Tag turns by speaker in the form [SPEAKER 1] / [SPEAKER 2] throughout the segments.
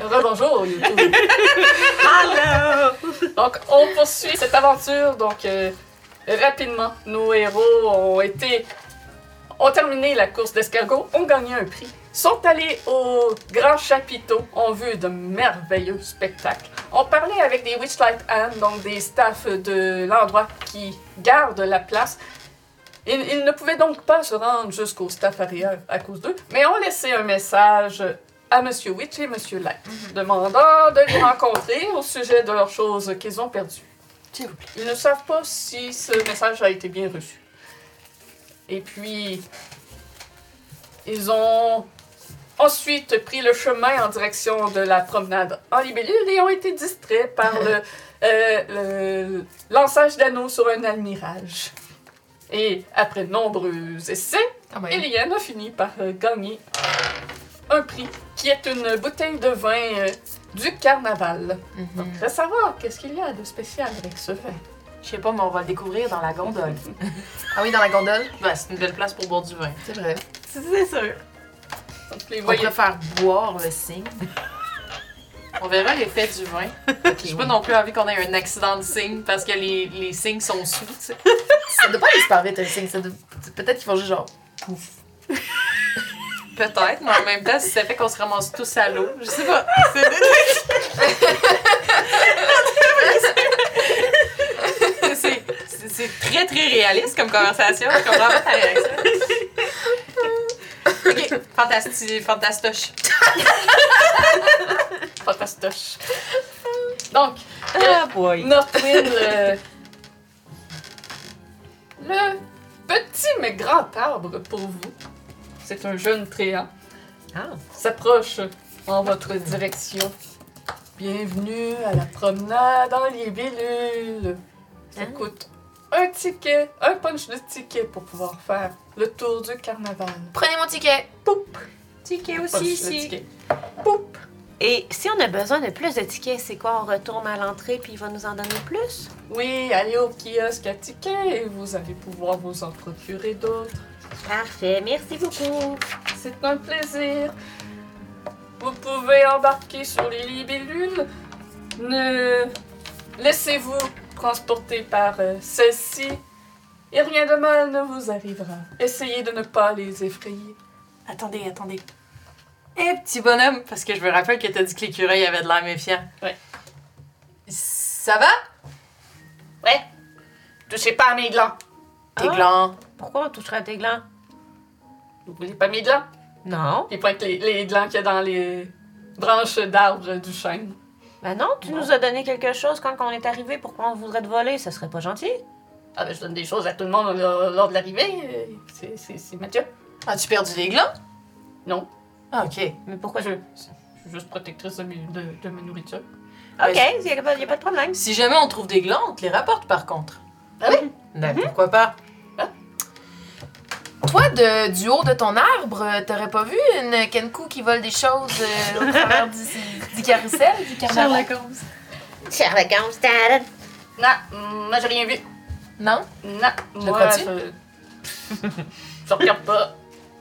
[SPEAKER 1] Rebonjour YouTube.
[SPEAKER 2] Hello!
[SPEAKER 1] Donc, on poursuit cette aventure. Donc, euh, rapidement, nos héros ont été. ont terminé la course d'escargot, ont gagné un prix, sont allés au grand chapiteau, ont vu de merveilleux spectacles. On parlait avec des Witchlight Hand, donc des staffs de l'endroit qui gardent la place. Ils, ils ne pouvaient donc pas se rendre jusqu'au staff arrière à cause d'eux, mais ont laissé un message à Monsieur Witch et Monsieur Light demandant de les rencontrer au sujet de leurs choses qu'ils ont perdues.
[SPEAKER 2] S'il vous plaît.
[SPEAKER 1] Ils ne savent pas si ce message a été bien reçu. Et puis, ils ont ensuite pris le chemin en direction de la promenade Ah, en libellule et ont été distraits par le, euh, le lançage d'anneaux sur un almirage. Et après de nombreux essais,
[SPEAKER 3] Ah ben,
[SPEAKER 1] Eliane a fini par euh, gagner un prix qui est une bouteille de vin euh, du carnaval.
[SPEAKER 3] mhm.
[SPEAKER 1] Je veux savoir qu'est-ce qu'il y a de spécial avec ce vin.
[SPEAKER 4] Je sais pas, mais on va le découvrir dans la gondole.
[SPEAKER 3] Ah oui, dans la gondole,
[SPEAKER 4] Ben, c'est une belle place pour boire du vin.
[SPEAKER 3] c'est vrai.
[SPEAKER 2] C'est sûr.
[SPEAKER 1] Donc, les
[SPEAKER 3] On
[SPEAKER 1] voyez-
[SPEAKER 3] préfère boire le signe.
[SPEAKER 4] On verra l'effet du vin.
[SPEAKER 3] Ok,
[SPEAKER 4] J'ai
[SPEAKER 3] oui.
[SPEAKER 4] pas non plus envie qu'on ait un accident de signe parce que les, les signes sont sous, tu sais.
[SPEAKER 3] Ça doit pas aller super vite, un signe. ça doit- Peut-être qu'ils font juste genre pouf.
[SPEAKER 4] Peut-être, mais en même temps, si ça fait qu'on se ramasse tous à l'eau, je sais pas. C'est C'est- c'est- c'est très très réaliste comme conversation. Je comprends pas ta réaction. Ok, fantastique, fantastoche.
[SPEAKER 1] Fantastoche. Donc, euh,
[SPEAKER 3] euh,
[SPEAKER 2] Ah boy.
[SPEAKER 1] Northwind, euh, le petit mais grand arbre pour vous, c'est un jeune tréant,
[SPEAKER 2] Ah.
[SPEAKER 1] s'approche en votre direction. Bienvenue à la promenade dans les villes. Ça
[SPEAKER 2] Ah.
[SPEAKER 1] coûte un ticket, un punch de ticket pour pouvoir faire le tour du carnaval.
[SPEAKER 3] Prenez mon ticket.
[SPEAKER 1] Poup!
[SPEAKER 2] Ticket
[SPEAKER 1] punch
[SPEAKER 2] aussi
[SPEAKER 1] de
[SPEAKER 2] ici.
[SPEAKER 1] ticket. Poup!
[SPEAKER 2] Et si on a besoin de plus de tickets, c'est quoi? On retourne à l'entrée puis il va nous en donner plus?
[SPEAKER 1] Oui, allez au kiosque à tickets et vous allez pouvoir vous en procurer d'autres.
[SPEAKER 2] Parfait, merci beaucoup.
[SPEAKER 1] C'est un plaisir. Vous pouvez embarquer sur les libellules. Ne laissez-vous transporter par euh, celle-ci. Et rien de mal ne vous arrivera. Essayez de ne pas les effrayer.
[SPEAKER 4] Attendez, attendez. Eh, petit bonhomme, parce que je me rappelle que t'as dit que l'écureuil avait de l'air méfiant.
[SPEAKER 1] Ouais.
[SPEAKER 4] Ça va?
[SPEAKER 1] Ouais. Touchez pas à mes glands.
[SPEAKER 4] Tes
[SPEAKER 2] Ah.
[SPEAKER 4] glands.
[SPEAKER 2] Pourquoi on toucherait à tes glands?
[SPEAKER 1] Vous voulez pas mes glands?
[SPEAKER 2] Non.
[SPEAKER 1] Ils pointent les, les glands qu'il y a dans les branches d'arbres du chêne.
[SPEAKER 2] Ben non, tu nous as donné quelque chose quand on est arrivé. Pourquoi on voudrait te voler? Ça serait pas gentil.
[SPEAKER 1] Ah ben je donne des choses à tout le monde lors, lors de l'arrivée. euh, C'est- C'est c'est Mathieu.
[SPEAKER 4] As-tu perdu les glands?
[SPEAKER 1] Non.
[SPEAKER 4] Ah, ok.
[SPEAKER 2] Mais pourquoi?
[SPEAKER 1] Je, je suis juste protectrice de mes- de- de mes nourritures.
[SPEAKER 5] Ah,
[SPEAKER 2] Ok, il n'y a, pas- y a pas de problème.
[SPEAKER 4] Si jamais on trouve des glands, on te les rapporte par contre.
[SPEAKER 1] Ah oui?
[SPEAKER 4] Ben pourquoi pas?
[SPEAKER 3] Mhm. Ah. Toi, de, du haut de ton arbre, euh, t'aurais pas vu une Kenku qui vole des choses euh, au travers du, du carrousel, du carnaval?
[SPEAKER 2] Sherlock Holmes,
[SPEAKER 1] Non, moi j'ai rien vu.
[SPEAKER 3] Non?
[SPEAKER 1] Non,
[SPEAKER 4] le
[SPEAKER 1] moi
[SPEAKER 4] crois-tu?
[SPEAKER 1] je... je regarde pas.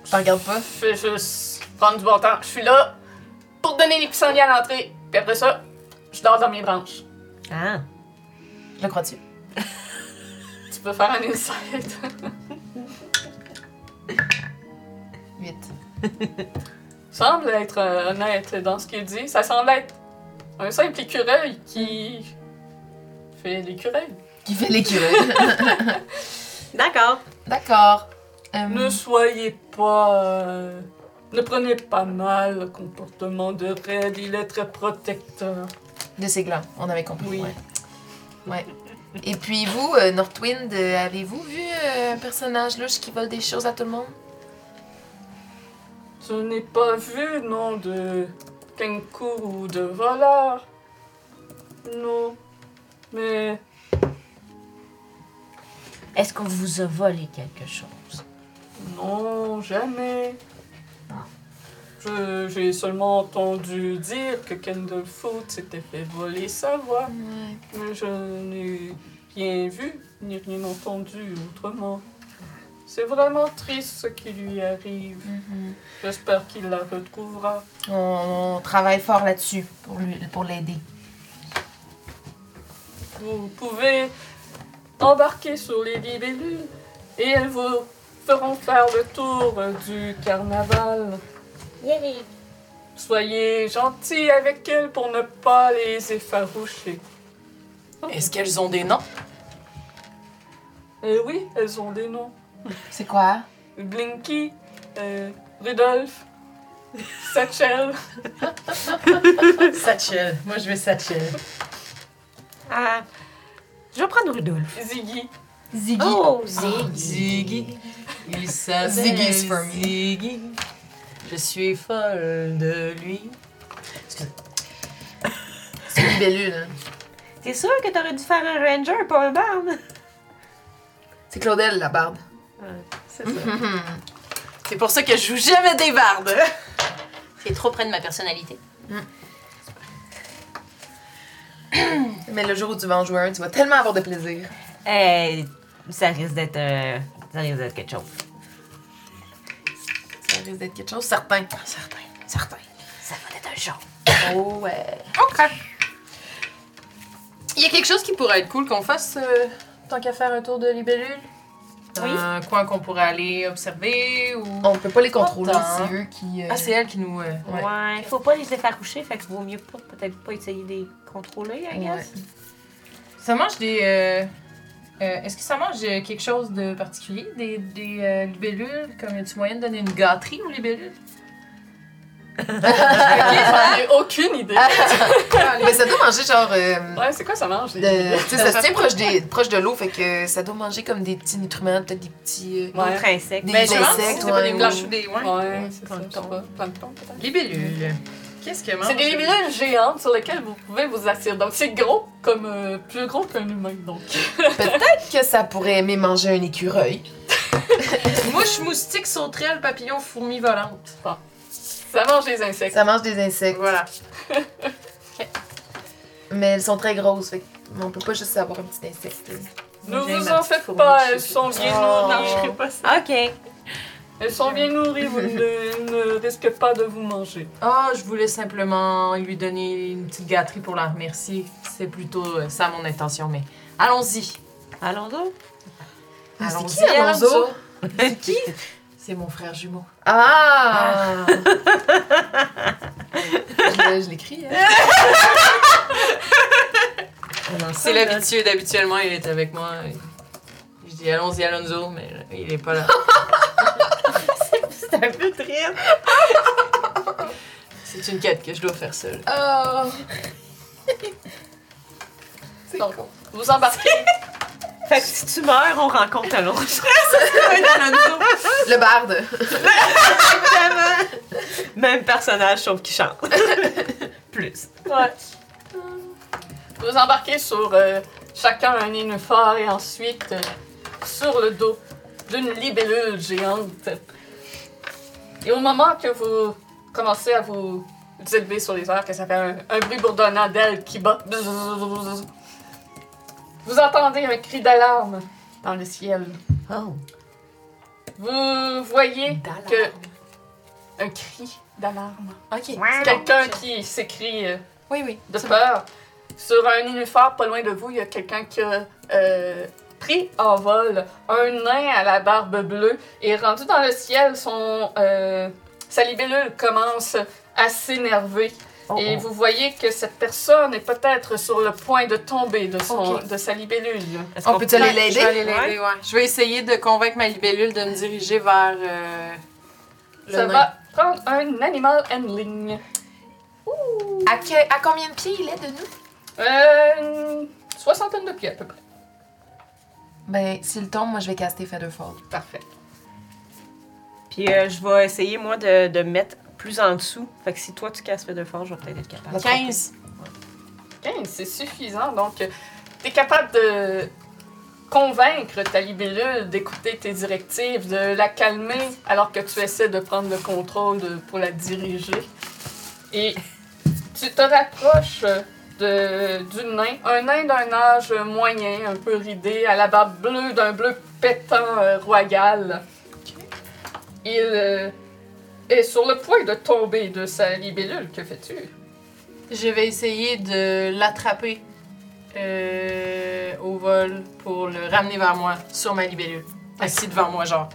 [SPEAKER 3] T'en regardes pas?
[SPEAKER 1] Je fais juste prendre du bon temps. Je suis là pour donner les pissenlits à l'entrée. Puis après ça, je dors dans mes branches.
[SPEAKER 2] Ah.
[SPEAKER 3] Le crois-tu?
[SPEAKER 1] Tu peux faire un insight.
[SPEAKER 3] 8.
[SPEAKER 1] semble être euh, honnête dans ce qu'il dit. Ça semble être un simple écureuil qui fait l'écureuil.
[SPEAKER 3] Qui fait l'écureuil.
[SPEAKER 2] D'accord.
[SPEAKER 3] D'accord. Euh,
[SPEAKER 1] Ne soyez pas. euh, ne prenez pas mal le comportement de Red. Il est très protecteur.
[SPEAKER 3] De ses glands, on avait compris.
[SPEAKER 1] Oui.
[SPEAKER 3] Ouais. Ouais. Et puis vous, euh, Northwind, euh, avez-vous vu euh, un personnage louche qui vole des choses à tout le monde?
[SPEAKER 1] Je n'ai pas vu nom de Kenku ou de voleur. Non. Mais
[SPEAKER 2] Est-ce qu'on vous a volé quelque chose?
[SPEAKER 1] non, jamais. Je- J'ai seulement entendu dire que Kendall Foot s'était fait voler sa voix,
[SPEAKER 3] Ouais.
[SPEAKER 1] mais je n'ai rien vu ni rien entendu autrement. C'est vraiment triste ce qui lui arrive. J'espère qu'il la retrouvera.
[SPEAKER 3] Mm-hmm. on, on travaille fort là-dessus pour lui, pour l'aider.
[SPEAKER 1] Vous pouvez embarquer sur les libellules et elles vous feront faire le tour du carnaval.
[SPEAKER 6] Yay!
[SPEAKER 1] Soyez gentils avec elles pour ne pas les effaroucher.
[SPEAKER 4] Est-ce qu'elles ont des noms?
[SPEAKER 1] Et Euh, oui, elles ont des noms.
[SPEAKER 3] C'est quoi?
[SPEAKER 1] Blinky, euh, Rudolph, Satchel.
[SPEAKER 4] Satchel. Moi, je vais Satchel.
[SPEAKER 2] Ah, je vais prendre Rudolph.
[SPEAKER 1] Ziggy.
[SPEAKER 3] Ziggy.
[SPEAKER 2] Oh, Zig.
[SPEAKER 4] Ziggy. Il s'appelle
[SPEAKER 3] Ziggy's for me.
[SPEAKER 4] Ziggy. Je suis folle de lui. Excusez.
[SPEAKER 3] C'est une hein. libellule.
[SPEAKER 2] T'es sûr que t'aurais dû faire un ranger, pas un barn?
[SPEAKER 3] C'est Claudel, la barbe.
[SPEAKER 2] C'est ça.
[SPEAKER 3] Mm-hmm.
[SPEAKER 4] C'est pour ça que je joue jamais des bardes. C'est trop près de ma personnalité.
[SPEAKER 3] Mais le jour où tu vas en jouer un, tu vas tellement avoir de plaisir.
[SPEAKER 5] Eh, ça risque d'être. euh, ça risque d'être quelque chose.
[SPEAKER 3] Ça risque d'être quelque chose, certain. Certain. Certain.
[SPEAKER 5] Ça va être un genre.
[SPEAKER 3] Oh ouais.
[SPEAKER 4] Il y a quelque chose qui pourrait être cool qu'on fasse euh, tant qu'à faire un tour de libellule.
[SPEAKER 2] Oui.
[SPEAKER 4] Un coin qu'on pourrait aller observer ou.
[SPEAKER 3] On peut pas les contrôler,
[SPEAKER 4] Attends.
[SPEAKER 3] c'est eux qui. euh,
[SPEAKER 4] Ah, c'est elle qui nous. euh,
[SPEAKER 3] Ouais.
[SPEAKER 2] Ouais. faut pas les effaroucher, fait que vaut mieux pas, peut-être pas essayer de les contrôler, I guess.
[SPEAKER 4] Ça mange des. euh, euh, Est-ce que ça mange euh, quelque chose de particulier, des, des euh, libellules? Comme, y a-tu moyen de donner une gâterie aux libellules?
[SPEAKER 1] J'en ai aucune idée.
[SPEAKER 3] Mais ça doit manger genre. euh,
[SPEAKER 1] Ouais, c'est quoi ça mange? les-
[SPEAKER 3] de- tu sais, ça se tient proche, des, proche de l'eau, fait que ça doit manger comme des petits nutriments, peut-être des petits. euh,
[SPEAKER 1] Ouais.
[SPEAKER 2] D'autres insectes.
[SPEAKER 3] Des
[SPEAKER 4] Mais Ben, je pense que
[SPEAKER 3] insectes,
[SPEAKER 4] c'est pas
[SPEAKER 3] ouais,
[SPEAKER 4] des
[SPEAKER 3] ou-
[SPEAKER 4] blanches ou des. Ouais.
[SPEAKER 1] Ouais, c'est ça, je sais
[SPEAKER 4] plancton.
[SPEAKER 1] pas. Plancton, peut-être.
[SPEAKER 4] Libellules. Qu'est-ce que mange?
[SPEAKER 1] C'est des libellules géantes sur lesquelles vous pouvez vous assir. Donc c'est gros, comme euh, plus gros qu'un humain. Donc
[SPEAKER 3] Peut-être que ça pourrait aimer manger un écureuil.
[SPEAKER 4] Mouches, moustiques, sauterelles, papillons, fourmis volantes.
[SPEAKER 1] ça mange les insectes.
[SPEAKER 3] Ça mange des insectes.
[SPEAKER 4] Voilà.
[SPEAKER 3] Mais elles sont très grosses, fait qu'on peut pas juste avoir un petit insecte.
[SPEAKER 1] Ne
[SPEAKER 4] J'ai
[SPEAKER 1] vous
[SPEAKER 4] ma
[SPEAKER 1] en faites
[SPEAKER 4] petite
[SPEAKER 1] pas,
[SPEAKER 4] fourmi
[SPEAKER 1] elles
[SPEAKER 4] chez-
[SPEAKER 1] sont bien
[SPEAKER 3] Oh.
[SPEAKER 1] nourries.
[SPEAKER 4] pas ça.
[SPEAKER 2] Ok.
[SPEAKER 1] Elles sont bien nourries, vous ne, ne risquez pas de vous manger.
[SPEAKER 4] Ah, je voulais simplement lui donner une petite gâterie pour la remercier. C'est plutôt euh, ça mon intention, mais allons-y.
[SPEAKER 2] Allons-y.
[SPEAKER 3] C'est
[SPEAKER 4] Allons-y,
[SPEAKER 3] qui Alonso?
[SPEAKER 4] Alonso.
[SPEAKER 2] Qui?
[SPEAKER 4] C'est mon frère jumeau.
[SPEAKER 3] Ah! je l'ai- je l'écris. hein.
[SPEAKER 4] C'est l'habitude, habituellement, il est avec moi. Je dis allons-y, Alonso, mais il est pas là.
[SPEAKER 2] C'est un peu triste.
[SPEAKER 4] C'est une quête que je dois faire seule.
[SPEAKER 3] Oh!
[SPEAKER 1] Donc vous embarquez.
[SPEAKER 2] Fait que si tu meurs, on rencontre un autre.
[SPEAKER 3] Le barde!
[SPEAKER 2] Exactement. Même personnage, sauf qu'il chante. Plus.
[SPEAKER 1] Vous embarquez sur euh, chacun un nénuphar et ensuite euh, sur le dos d'une libellule géante. Et au moment que vous commencez à vous élever sur les airs, que ça fait un, un bruit bourdonnant d'ailes qui bat, vous entendez un cri d'alarme dans le ciel.
[SPEAKER 5] Oh.
[SPEAKER 1] Vous voyez que un cri d'alarme.
[SPEAKER 3] Ok.
[SPEAKER 1] Quelqu'un qui s'écrie euh,
[SPEAKER 3] Oui, oui.
[SPEAKER 1] de peur. Sur un nénuphar pas loin de vous, il y a quelqu'un qui a euh, pris en vol un nain à la barbe bleue et rendu dans le ciel, son, euh, sa libellule commence à s'énerver.
[SPEAKER 4] Oh,
[SPEAKER 1] Et vous voyez que cette personne est peut-être sur le point de tomber de, son,
[SPEAKER 3] Ok.
[SPEAKER 1] de sa libellule.
[SPEAKER 2] Est-ce
[SPEAKER 3] On
[SPEAKER 2] qu'on-
[SPEAKER 3] peut-tu aller l'aider?
[SPEAKER 4] Je vais aller l'aider, ouais. Je vais essayer de convaincre ma libellule de me diriger vers euh, le
[SPEAKER 1] Ça
[SPEAKER 4] nain.
[SPEAKER 1] va prendre un animal handling.
[SPEAKER 3] À, que- à combien de pieds il est de nous?
[SPEAKER 1] Euh, une soixantaine de pieds à peu près.
[SPEAKER 3] Ben, s'il tombe, moi je vais caster Featherfall.
[SPEAKER 1] Parfait.
[SPEAKER 2] Puis euh, je vais essayer, moi, de, de mettre plus en dessous. Fait que si toi, tu casses le fort, je vais peut-être être capable.
[SPEAKER 4] 15.
[SPEAKER 1] 15, c'est suffisant. Donc, tu es capable de convaincre ta libellule d'écouter tes directives, de la calmer alors que tu essaies de prendre le contrôle de- pour la diriger. Et tu te rapproches euh, de- du nain. Un nain d'un âge moyen, un peu ridé, à la barbe bleue, d'un bleu pétant euh, royal. Il euh, est sur le point de tomber de sa libellule. Que fais-tu?
[SPEAKER 4] Je vais essayer de l'attraper euh, au vol pour le ramener vers moi, sur ma libellule. Assis devant moi, genre.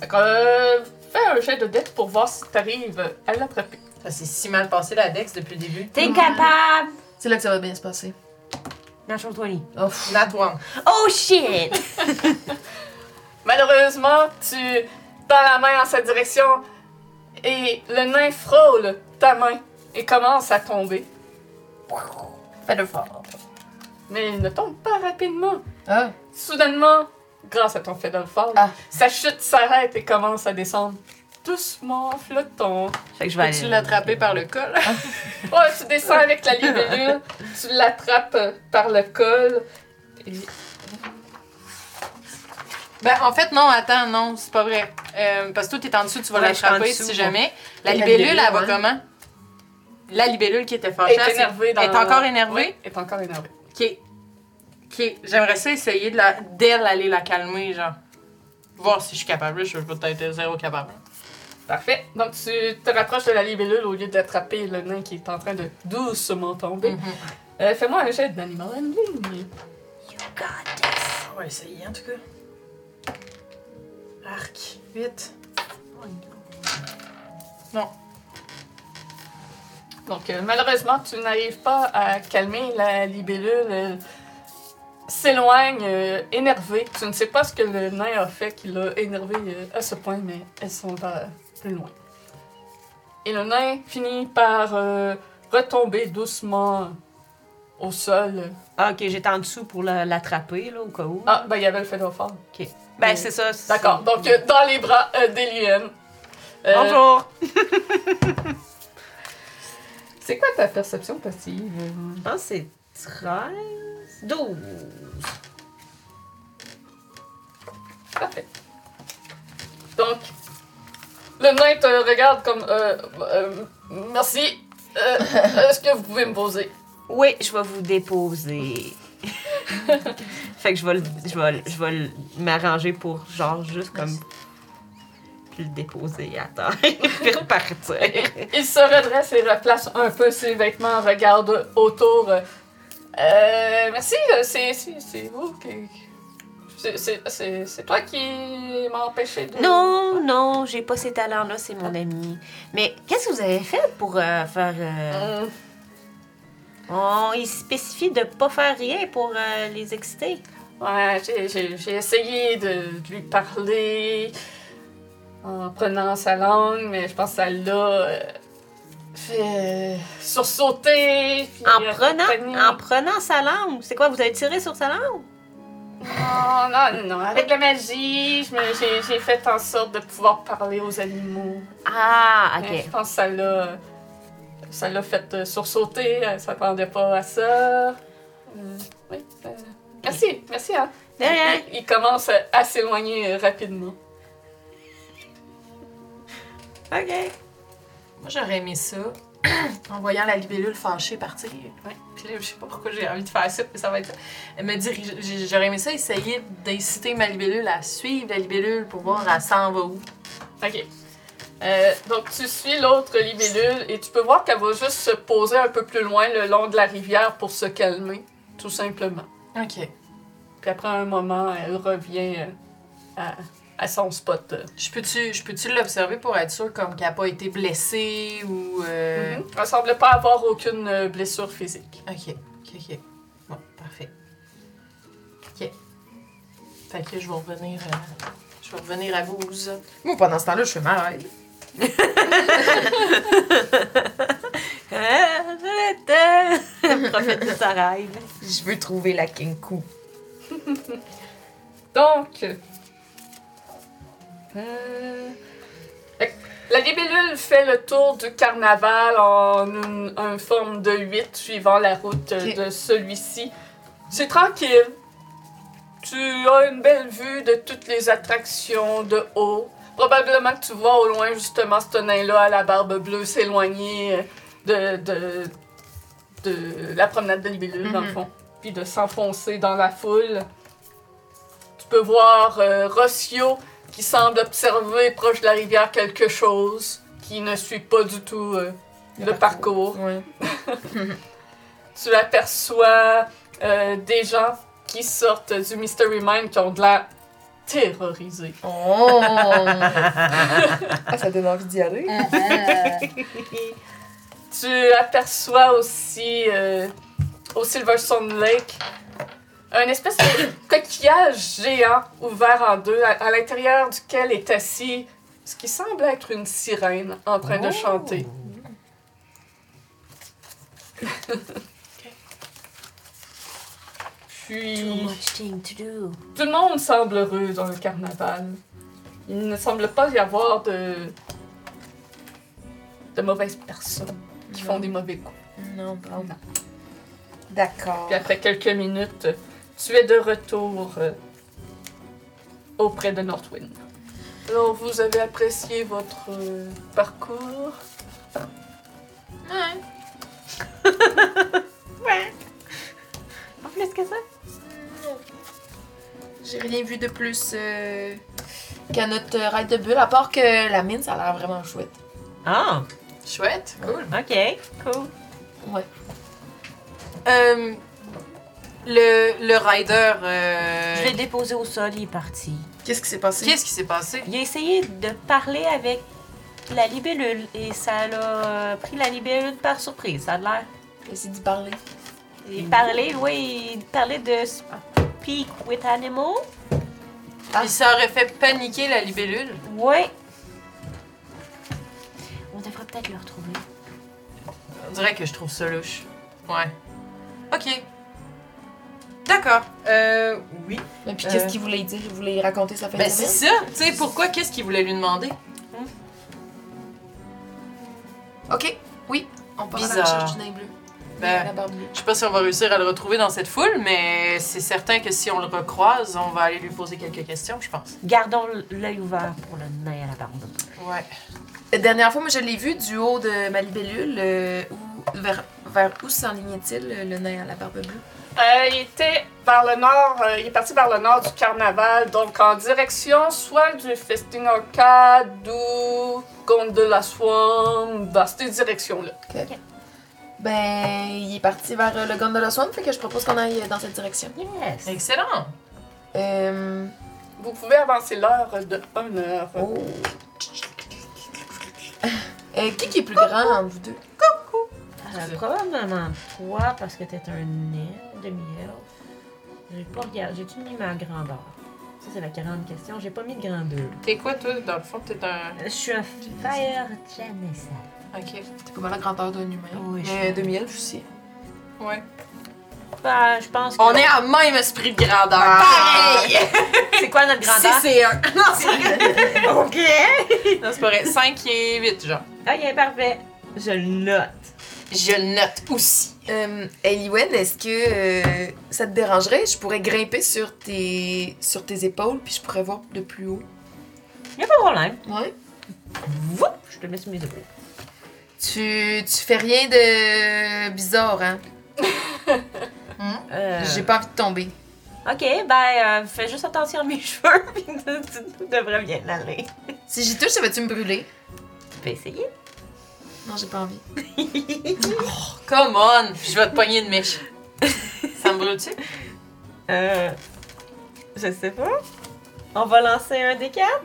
[SPEAKER 1] Fait que, euh, fais un jet de dette pour voir si t'arrives à l'attraper.
[SPEAKER 4] Ça s'est si mal passé la Dex depuis le début.
[SPEAKER 5] T'es capable!
[SPEAKER 3] C'est là que ça va bien se passer.
[SPEAKER 5] Natural 20.
[SPEAKER 3] Oh, pff.
[SPEAKER 4] Nat one.
[SPEAKER 5] Oh shit!
[SPEAKER 1] Malheureusement, tu tends la main en sa direction et le nain frôle ta main et commence à tomber.
[SPEAKER 3] Fais le fort.
[SPEAKER 1] Mais il ne tombe pas rapidement.
[SPEAKER 3] Ah,
[SPEAKER 1] Soudainement, grâce à ton fait de fall,
[SPEAKER 3] Ah.
[SPEAKER 1] sa chute s'arrête et commence à descendre doucement, en flottant.
[SPEAKER 5] Fait que je vais aller.
[SPEAKER 4] Peux-tu l'attraper par le col?
[SPEAKER 1] Ouais, tu descends avec la libellule, tu l'attrapes euh, par le col. Et...
[SPEAKER 4] Ben, en fait, non, attends, non, c'est pas vrai. Euh, parce que toi, t'es en dessous, tu vas
[SPEAKER 2] Ouais, je suis en
[SPEAKER 4] l'attraper
[SPEAKER 2] dessous,
[SPEAKER 4] si
[SPEAKER 2] ouais.
[SPEAKER 4] jamais. La
[SPEAKER 3] Et la
[SPEAKER 4] libellule,
[SPEAKER 3] libellule,
[SPEAKER 4] elle va
[SPEAKER 3] ouais.
[SPEAKER 4] comment? La libellule qui était fâchée.
[SPEAKER 1] Elle est énervée dans
[SPEAKER 4] elle est encore énervée?
[SPEAKER 1] Ouais, elle est encore énervée.
[SPEAKER 4] Ok. Ok, j'aimerais ça essayer de la... d'elle aller la calmer, genre. Voir si je suis capable. Je suis peut-être zéro capable.
[SPEAKER 1] Parfait. Donc, tu te rapproches de la libellule au lieu d'attraper le nain qui est en train de doucement tomber.
[SPEAKER 4] Mhm.
[SPEAKER 1] Euh, Fais-moi un jet d'animal handling.
[SPEAKER 4] On va essayer en tout cas. Arc, 8.
[SPEAKER 1] Donc, euh, malheureusement, tu n'arrives pas à calmer la libellule. Elle s'éloigne, euh, énervée. Tu ne sais pas ce que le nain a fait qui l'a énervée euh, à ce point, mais elle s'en va plus loin. Et le nain finit par euh, retomber doucement au sol.
[SPEAKER 2] Ah, ok, j'étais en dessous pour la- l'attraper, là, au cas où.
[SPEAKER 1] Ah, ben, il y avait le fédophore.
[SPEAKER 2] ben, c'est ça. c'est-
[SPEAKER 1] D'accord. Donc, euh, dans les bras euh, d'Eliane. Euh,
[SPEAKER 2] Bonjour!
[SPEAKER 1] C'est quoi ta perception passive?
[SPEAKER 2] Je
[SPEAKER 5] Ah,
[SPEAKER 2] pense que c'est 13. 12.
[SPEAKER 1] Parfait. Donc, le nain te regarde comme. euh, euh, merci. Euh, Est-ce que vous pouvez me poser?
[SPEAKER 2] Oui, je vais vous déposer. fait que je vais, le- je vais, le- je vais le- m'arranger pour genre juste comme puis le déposer à terre puis repartir.
[SPEAKER 1] Il se redresse et replace un peu ses vêtements, regarde autour. Euh, Euh, merci, euh, c'est c'est- c'est vous qui. c'est- c'est- C'est c'est toi qui m'as empêché de.
[SPEAKER 5] Non, non, j'ai pas ces talents-là, c'est mon ami. Mais qu'est-ce que vous avez fait pour euh, faire. euh,
[SPEAKER 1] Hum,
[SPEAKER 5] On, il spécifie de pas faire rien pour euh, les exciter.
[SPEAKER 1] Ouais, j'ai- j'ai j'ai essayé de, de lui parler en prenant sa langue, mais je pense que ça l'a euh, fait euh, sursauter. puis
[SPEAKER 5] En
[SPEAKER 1] elle a panique.
[SPEAKER 5] prenant, en prenant sa langue. C'est quoi, vous avez tiré sur sa langue?
[SPEAKER 1] Ah, Non, non, non. Avec la magie, je me- j'ai j'ai fait en sorte de pouvoir parler aux animaux.
[SPEAKER 5] Ah,
[SPEAKER 1] Mais
[SPEAKER 5] ok.
[SPEAKER 1] Je pense que ça l'a. Ça l'a fait euh, sursauter, elle s'attendait pas à ça. Euh, oui. euh, merci, merci, hein.
[SPEAKER 5] De rien.
[SPEAKER 1] Il, il commence à- à s'éloigner euh, rapidement.
[SPEAKER 5] Ok.
[SPEAKER 4] Moi, j'aurais aimé ça en voyant la libellule fâchée partir. Ouais. Puis là, je sais pas pourquoi j'ai envie de faire ça, mais ça va être ça. Elle me dirige- j'ai- J'aurais aimé ça essayer d'inciter ma libellule à suivre la libellule pour voir elle s'en va où.
[SPEAKER 1] Ok. Euh, donc, tu suis l'autre libellule et tu peux voir qu'elle va juste se poser un peu plus loin le long de la rivière pour se calmer, tout simplement.
[SPEAKER 4] Ok.
[SPEAKER 1] Puis après un moment, elle revient euh, à, à son spot. euh.
[SPEAKER 4] Je peux-tu je peux-tu l'observer pour être sûr comme qu'elle a pas été blessée ou. euh,
[SPEAKER 1] Mhm. Elle semble pas avoir aucune euh, blessure physique.
[SPEAKER 4] Ok, ok, ok. Bon, parfait. Ok. Fait que je vais revenir. euh, Je vais revenir à vous.
[SPEAKER 3] Moi, pendant ce temps-là, je fais malade.
[SPEAKER 2] Profite de sa rêve.
[SPEAKER 3] Je veux trouver la Kenku.
[SPEAKER 1] Donc, euh, fait que la libellule fait le tour du carnaval en une, une forme de 8 suivant la route euh,
[SPEAKER 3] Ok.
[SPEAKER 1] de celui-ci. C'est tranquille. Tu as une belle vue de toutes les attractions de haut. Probablement que tu vois au loin, justement, ce nain-là à la barbe bleue s'éloigner euh, de, de, de la promenade de l'Ibellule, dans le
[SPEAKER 3] Mhm.
[SPEAKER 1] fond, puis de s'enfoncer dans la foule. Tu peux voir euh, Rossio qui semble observer proche de la rivière quelque chose qui ne suit pas du tout euh, le, parcours.
[SPEAKER 3] Ouais.
[SPEAKER 1] Tu aperçois euh, des gens qui sortent du Mystery Mine qui ont de l'air terrorisés.
[SPEAKER 3] Oh!
[SPEAKER 7] Ah, ça donne envie d'y aller.
[SPEAKER 3] Hein?
[SPEAKER 1] Tu aperçois aussi euh, au Silverstone Lake un espèce de coquillage géant ouvert en deux, à, à l'intérieur duquel est assis ce qui semble être une sirène en train de chanter. Puis tout le monde semble heureux dans le carnaval. Il ne semble pas y avoir de de mauvaises personnes qui font des mauvais coups.
[SPEAKER 3] non, non.
[SPEAKER 7] D'accord.
[SPEAKER 1] Puis après quelques minutes, tu es de retour euh, auprès de Northwind. Alors, vous avez apprécié votre euh, parcours.
[SPEAKER 3] Ouais.
[SPEAKER 5] Pas plus que ça.
[SPEAKER 3] J'ai rien vu de plus euh, qu'à notre euh, ride de bulle, à part que la mine, ça a l'air vraiment chouette.
[SPEAKER 5] Ah,
[SPEAKER 4] Chouette, cool.
[SPEAKER 5] ok, cool.
[SPEAKER 4] Euh, le, le rider, euh,
[SPEAKER 5] Je l'ai déposé au sol, il est parti.
[SPEAKER 3] Qu'est-ce qui s'est passé?
[SPEAKER 4] qu'est-ce qui s'est passé?
[SPEAKER 5] Il a essayé de parler avec la libellule et ça l'a euh, pris la libellule par surprise, ça a l'air.
[SPEAKER 3] Essayez d'y parler.
[SPEAKER 5] Il parlait, oui, il parlait de Speak with Animal.
[SPEAKER 4] Il s'aurait fait paniquer la libellule.
[SPEAKER 5] Ouais.
[SPEAKER 8] On devrait peut-être le retrouver.
[SPEAKER 4] On dirait que je trouve ça louche. Ouais. Ok. D'accord. Euh, oui.
[SPEAKER 3] Mais puis
[SPEAKER 4] Euh.
[SPEAKER 3] qu'est-ce qu'il voulait dire? Il voulait raconter sa fin
[SPEAKER 4] Ben
[SPEAKER 3] de
[SPEAKER 4] c'est
[SPEAKER 3] semaine?
[SPEAKER 4] ça. Tu sais, pourquoi? Qu'est-ce qu'il voulait lui demander?
[SPEAKER 3] Ok, oui. On part à la
[SPEAKER 4] Bizarre.
[SPEAKER 3] recherche du nain bleu.
[SPEAKER 4] Ben-
[SPEAKER 3] La barbe bleue.
[SPEAKER 4] Je sais pas si on va réussir à le retrouver dans cette foule, mais c'est certain que si on le recroise, on va aller lui poser quelques questions, je pense.
[SPEAKER 5] Gardons l'œil ouvert pour le nain à la barbe.
[SPEAKER 4] Ouais.
[SPEAKER 3] La dernière fois, moi, je l'ai vu du haut de ma libellule. euh, où, vers, vers où s'enlignait-il euh, le nain à la barbe bleue?
[SPEAKER 1] Euh, il était par le nord, euh, il est parti par le nord du carnaval, donc en direction soit du Festing Arcade ou Comte de la Swamp, dans cette direction-là.
[SPEAKER 3] Ben, il est parti vers euh, le Gondola Swan, fait que je propose qu'on aille euh, dans cette direction.
[SPEAKER 5] Yes.
[SPEAKER 4] Excellent.
[SPEAKER 3] Euh,
[SPEAKER 1] Vous pouvez avancer l'heure de 1 heure.
[SPEAKER 3] oh. Euh, qui qui est plus grand entre vous deux?
[SPEAKER 5] Euh, probablement toi, parce que t'es un nain demi-elfe. J'ai pas regardé. J'ai-tu mis ma grandeur? Ça, c'est la 40 question. J'ai pas mis de grandeur.
[SPEAKER 4] T'es quoi, toi? Dans le fond, t'es un.
[SPEAKER 5] Je suis un fire janessa.
[SPEAKER 4] Ok.
[SPEAKER 3] C'est pas mal la grandeur d'un humain.
[SPEAKER 5] Oui, je
[SPEAKER 3] mais demi-elfe aussi.
[SPEAKER 4] Ouais.
[SPEAKER 5] Bah, je pense que.
[SPEAKER 4] On est à même esprit de grandeur. Ah!
[SPEAKER 5] C'est quoi notre grandeur?
[SPEAKER 3] c'est un.
[SPEAKER 5] Ok!
[SPEAKER 4] Non, c'est pas vrai. 5 et 8, genre.
[SPEAKER 5] Ok, parfait. Je le note.
[SPEAKER 4] Je le note aussi.
[SPEAKER 3] Euh, Eliwen, est-ce que euh, ça te dérangerait? Je pourrais grimper sur tes, sur tes épaules, puis je pourrais voir de plus haut.
[SPEAKER 5] Y'a pas de problème.
[SPEAKER 3] Ouais.
[SPEAKER 5] Whoop! Je te mets sur mes épaules.
[SPEAKER 3] Tu, tu fais rien de bizarre, hein?
[SPEAKER 5] Euh,
[SPEAKER 3] J'ai pas envie de tomber.
[SPEAKER 5] Ok, ben, euh, fais juste attention à mes cheveux, puis tu, tu- tu devrais bien aller.
[SPEAKER 3] Si j'y touche, ça va-tu me brûler?
[SPEAKER 5] Tu peux essayer.
[SPEAKER 3] Non, j'ai pas envie.
[SPEAKER 4] Come on! Je vais te pogner une mèche. Ça me brûle-tu?
[SPEAKER 5] Euh. Je sais pas. On va lancer un des quatre.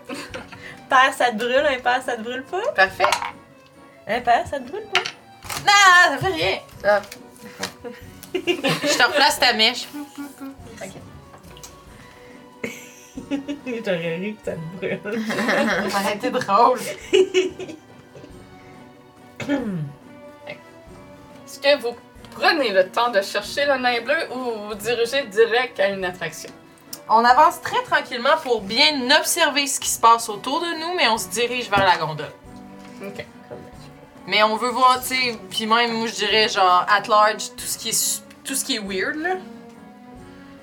[SPEAKER 5] Père, ça te brûle, un père, ça te brûle pas.
[SPEAKER 4] Parfait.
[SPEAKER 5] Un père, ça te brûle pas.
[SPEAKER 4] Non, ça fait rien.
[SPEAKER 3] Ah.
[SPEAKER 4] Je te replace ta mèche.
[SPEAKER 5] J'aurais ri que ça te brûle.
[SPEAKER 4] Ouais, t'es drôle.
[SPEAKER 1] Est-ce que vous prenez le temps de chercher le nain bleu ou vous vous dirigez direct à une attraction?
[SPEAKER 4] On avance très tranquillement pour bien observer ce qui se passe autour de nous, mais on se dirige vers la gondole.
[SPEAKER 1] Ok.
[SPEAKER 4] Mais on veut voir, tu sais, puis même, moi, je dirais, genre, at large, tout ce qui est, su- tout ce qui est weird, là.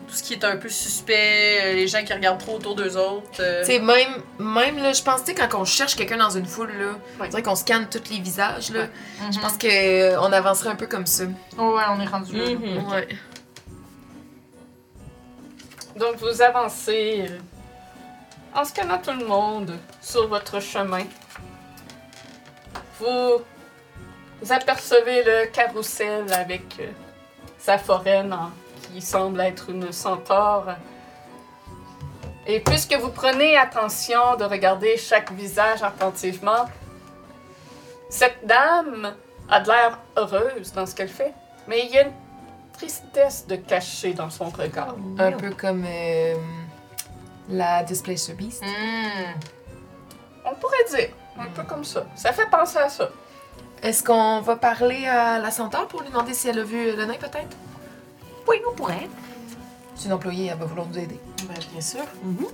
[SPEAKER 4] tout ce qui est un peu suspect, euh, les gens qui regardent trop autour d'eux autres. euh,
[SPEAKER 3] Tu sais, même, même là, je pense, tu sais, quand on cherche quelqu'un dans une foule, là,
[SPEAKER 1] Ouais.
[SPEAKER 3] on dirait qu'on scanne tous les visages, là.
[SPEAKER 4] mhm.
[SPEAKER 3] Je pense que euh, on avancerait un peu comme ça.
[SPEAKER 4] Oh, ouais, on est rendu là.
[SPEAKER 5] Mm-hmm.
[SPEAKER 2] Mhm.
[SPEAKER 3] Ouais.
[SPEAKER 1] Donc vous avancez euh, en scannant tout le monde sur votre chemin. Vous, vous apercevez le carrousel avec euh, sa foraine en- qui semble être une centaure. Et puisque vous prenez attention de regarder chaque visage attentivement, cette dame a de l'air heureuse dans ce qu'elle fait, mais il y a une tristesse de cachée dans son regard.
[SPEAKER 3] Un peu comme euh, la Displacer Beast.
[SPEAKER 4] Mhm.
[SPEAKER 1] On pourrait dire, un peu comme ça. Ça fait penser à ça.
[SPEAKER 3] Est-ce qu'on va parler à la centaure pour lui demander si elle a vu le nain, peut-être?
[SPEAKER 5] Oui, on pourrait.
[SPEAKER 3] C'est une employée, elle va vouloir nous aider.
[SPEAKER 4] Ben, bien sûr.
[SPEAKER 5] Mhm.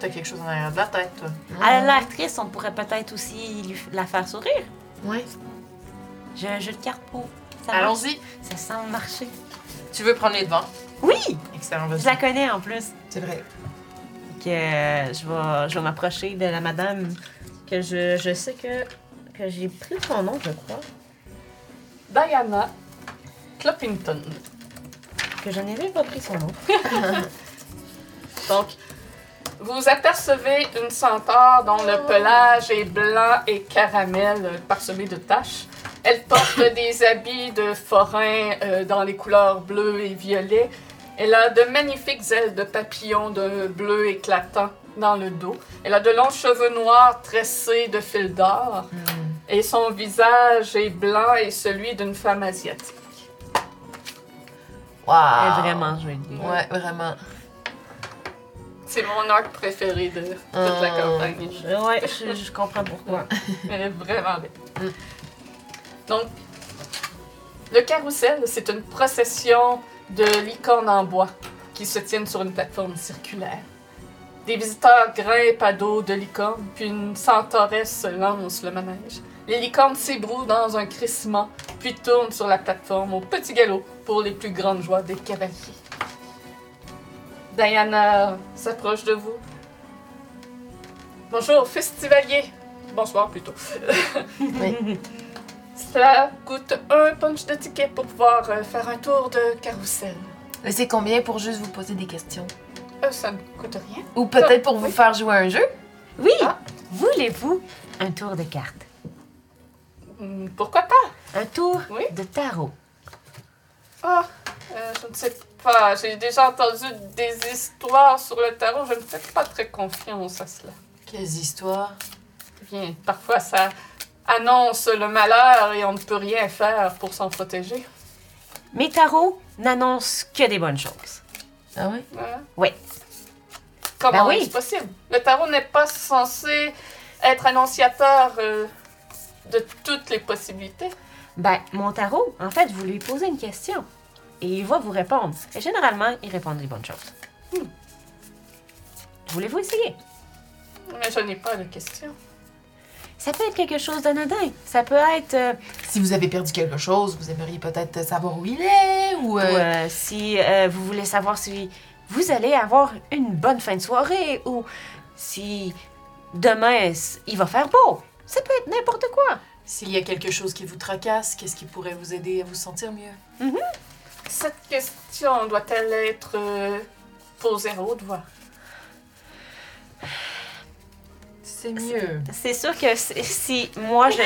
[SPEAKER 4] T'as quelque chose en arrière de la tête, toi.
[SPEAKER 5] À l'actrice, on pourrait peut-être aussi lui, la faire sourire.
[SPEAKER 3] Ouais.
[SPEAKER 5] J'ai un jeu de cartes pour. Ça marche.
[SPEAKER 4] Allons-y.
[SPEAKER 5] Ça semble marcher.
[SPEAKER 4] Tu veux prendre les devants?
[SPEAKER 5] Oui!
[SPEAKER 4] Excellent,
[SPEAKER 5] Je
[SPEAKER 4] vas-y.
[SPEAKER 5] la connais en plus.
[SPEAKER 3] C'est vrai.
[SPEAKER 2] que euh, je vais, je vais m'approcher de la madame que je, je sais que, que j'ai pris son nom, je crois.
[SPEAKER 1] Diana Cloppington.
[SPEAKER 2] Que je n'avais pas pris son nom.
[SPEAKER 1] Donc, vous apercevez une centaure dont le pelage est blanc et caramel euh, parsemé de taches. Elle porte des habits de forain euh, dans les couleurs bleu et violet. Elle a de magnifiques ailes de papillon de bleu éclatant dans le dos. Elle a de longs cheveux noirs tressés de fils d'or. Et son visage est blanc et celui d'une femme asiatique.
[SPEAKER 3] Waouh.
[SPEAKER 2] Elle est vraiment jolie.
[SPEAKER 3] Ouais, vraiment.
[SPEAKER 1] C'est mon arc préféré de toute la
[SPEAKER 3] Ah.
[SPEAKER 1] campagne.
[SPEAKER 2] Je- ouais, je, je comprends pourquoi.
[SPEAKER 1] Elle est vraiment belle.
[SPEAKER 3] Mm.
[SPEAKER 1] Donc, le carrousel, c'est une procession de licornes en bois qui se tiennent sur une plateforme circulaire. Des visiteurs grimpent à dos de licornes, puis une centauresse lance le manège. Les licornes s'ébrouent dans un crissement, puis tournent sur la plateforme au petit galop pour les plus grandes joies des cavaliers. Diana s'approche de vous. Bonjour, festivalier. Bonsoir plutôt. Cela coûte un punch de ticket pour pouvoir euh, faire un tour de carrousel.
[SPEAKER 3] Mais c'est combien pour juste vous poser des questions?
[SPEAKER 1] Euh, ça ne coûte rien.
[SPEAKER 3] Ou peut-être pour vous faire jouer à un jeu?
[SPEAKER 5] Oui!
[SPEAKER 1] Ah.
[SPEAKER 5] Voulez-vous un tour de cartes?
[SPEAKER 1] Hmm, Pourquoi pas?
[SPEAKER 5] Un tour
[SPEAKER 1] Oui.
[SPEAKER 5] de tarot?
[SPEAKER 1] Ah, euh, je ne sais pas. J'ai déjà entendu des histoires sur le tarot. Je ne fais pas très confiance à cela.
[SPEAKER 4] Quelles histoires?
[SPEAKER 1] Bien, parfois ça annonce le malheur et on ne peut rien faire pour s'en protéger.
[SPEAKER 5] Mes tarots n'annoncent que des bonnes choses.
[SPEAKER 3] Ah oui?
[SPEAKER 1] Hein?
[SPEAKER 5] Oui.
[SPEAKER 1] Comment
[SPEAKER 5] Ben oui.
[SPEAKER 1] est-ce possible? Le tarot n'est pas censé être annonciateur euh, de toutes les possibilités.
[SPEAKER 5] Ben, mon tarot, en fait, vous lui posez une question et il va vous répondre. Et généralement, il répond des bonnes choses. Hmm. Voulez-vous essayer?
[SPEAKER 1] Mais je n'ai pas de questions.
[SPEAKER 5] Ça peut être quelque chose d'anodin. Ça peut être euh,
[SPEAKER 3] Si vous avez perdu quelque chose, vous aimeriez peut-être savoir où il est ou.
[SPEAKER 5] ou,
[SPEAKER 3] euh,
[SPEAKER 5] euh, si euh, vous voulez savoir si vous allez avoir une bonne fin de soirée ou si demain s- il va faire beau. Ça peut être n'importe quoi.
[SPEAKER 4] S'il y a quelque chose qui vous tracasse, qu'est-ce qui pourrait vous aider à vous sentir mieux?
[SPEAKER 1] Cette question doit-elle être euh, posée à haute voix?
[SPEAKER 4] C'est mieux.
[SPEAKER 5] C'est sûr que si- si moi je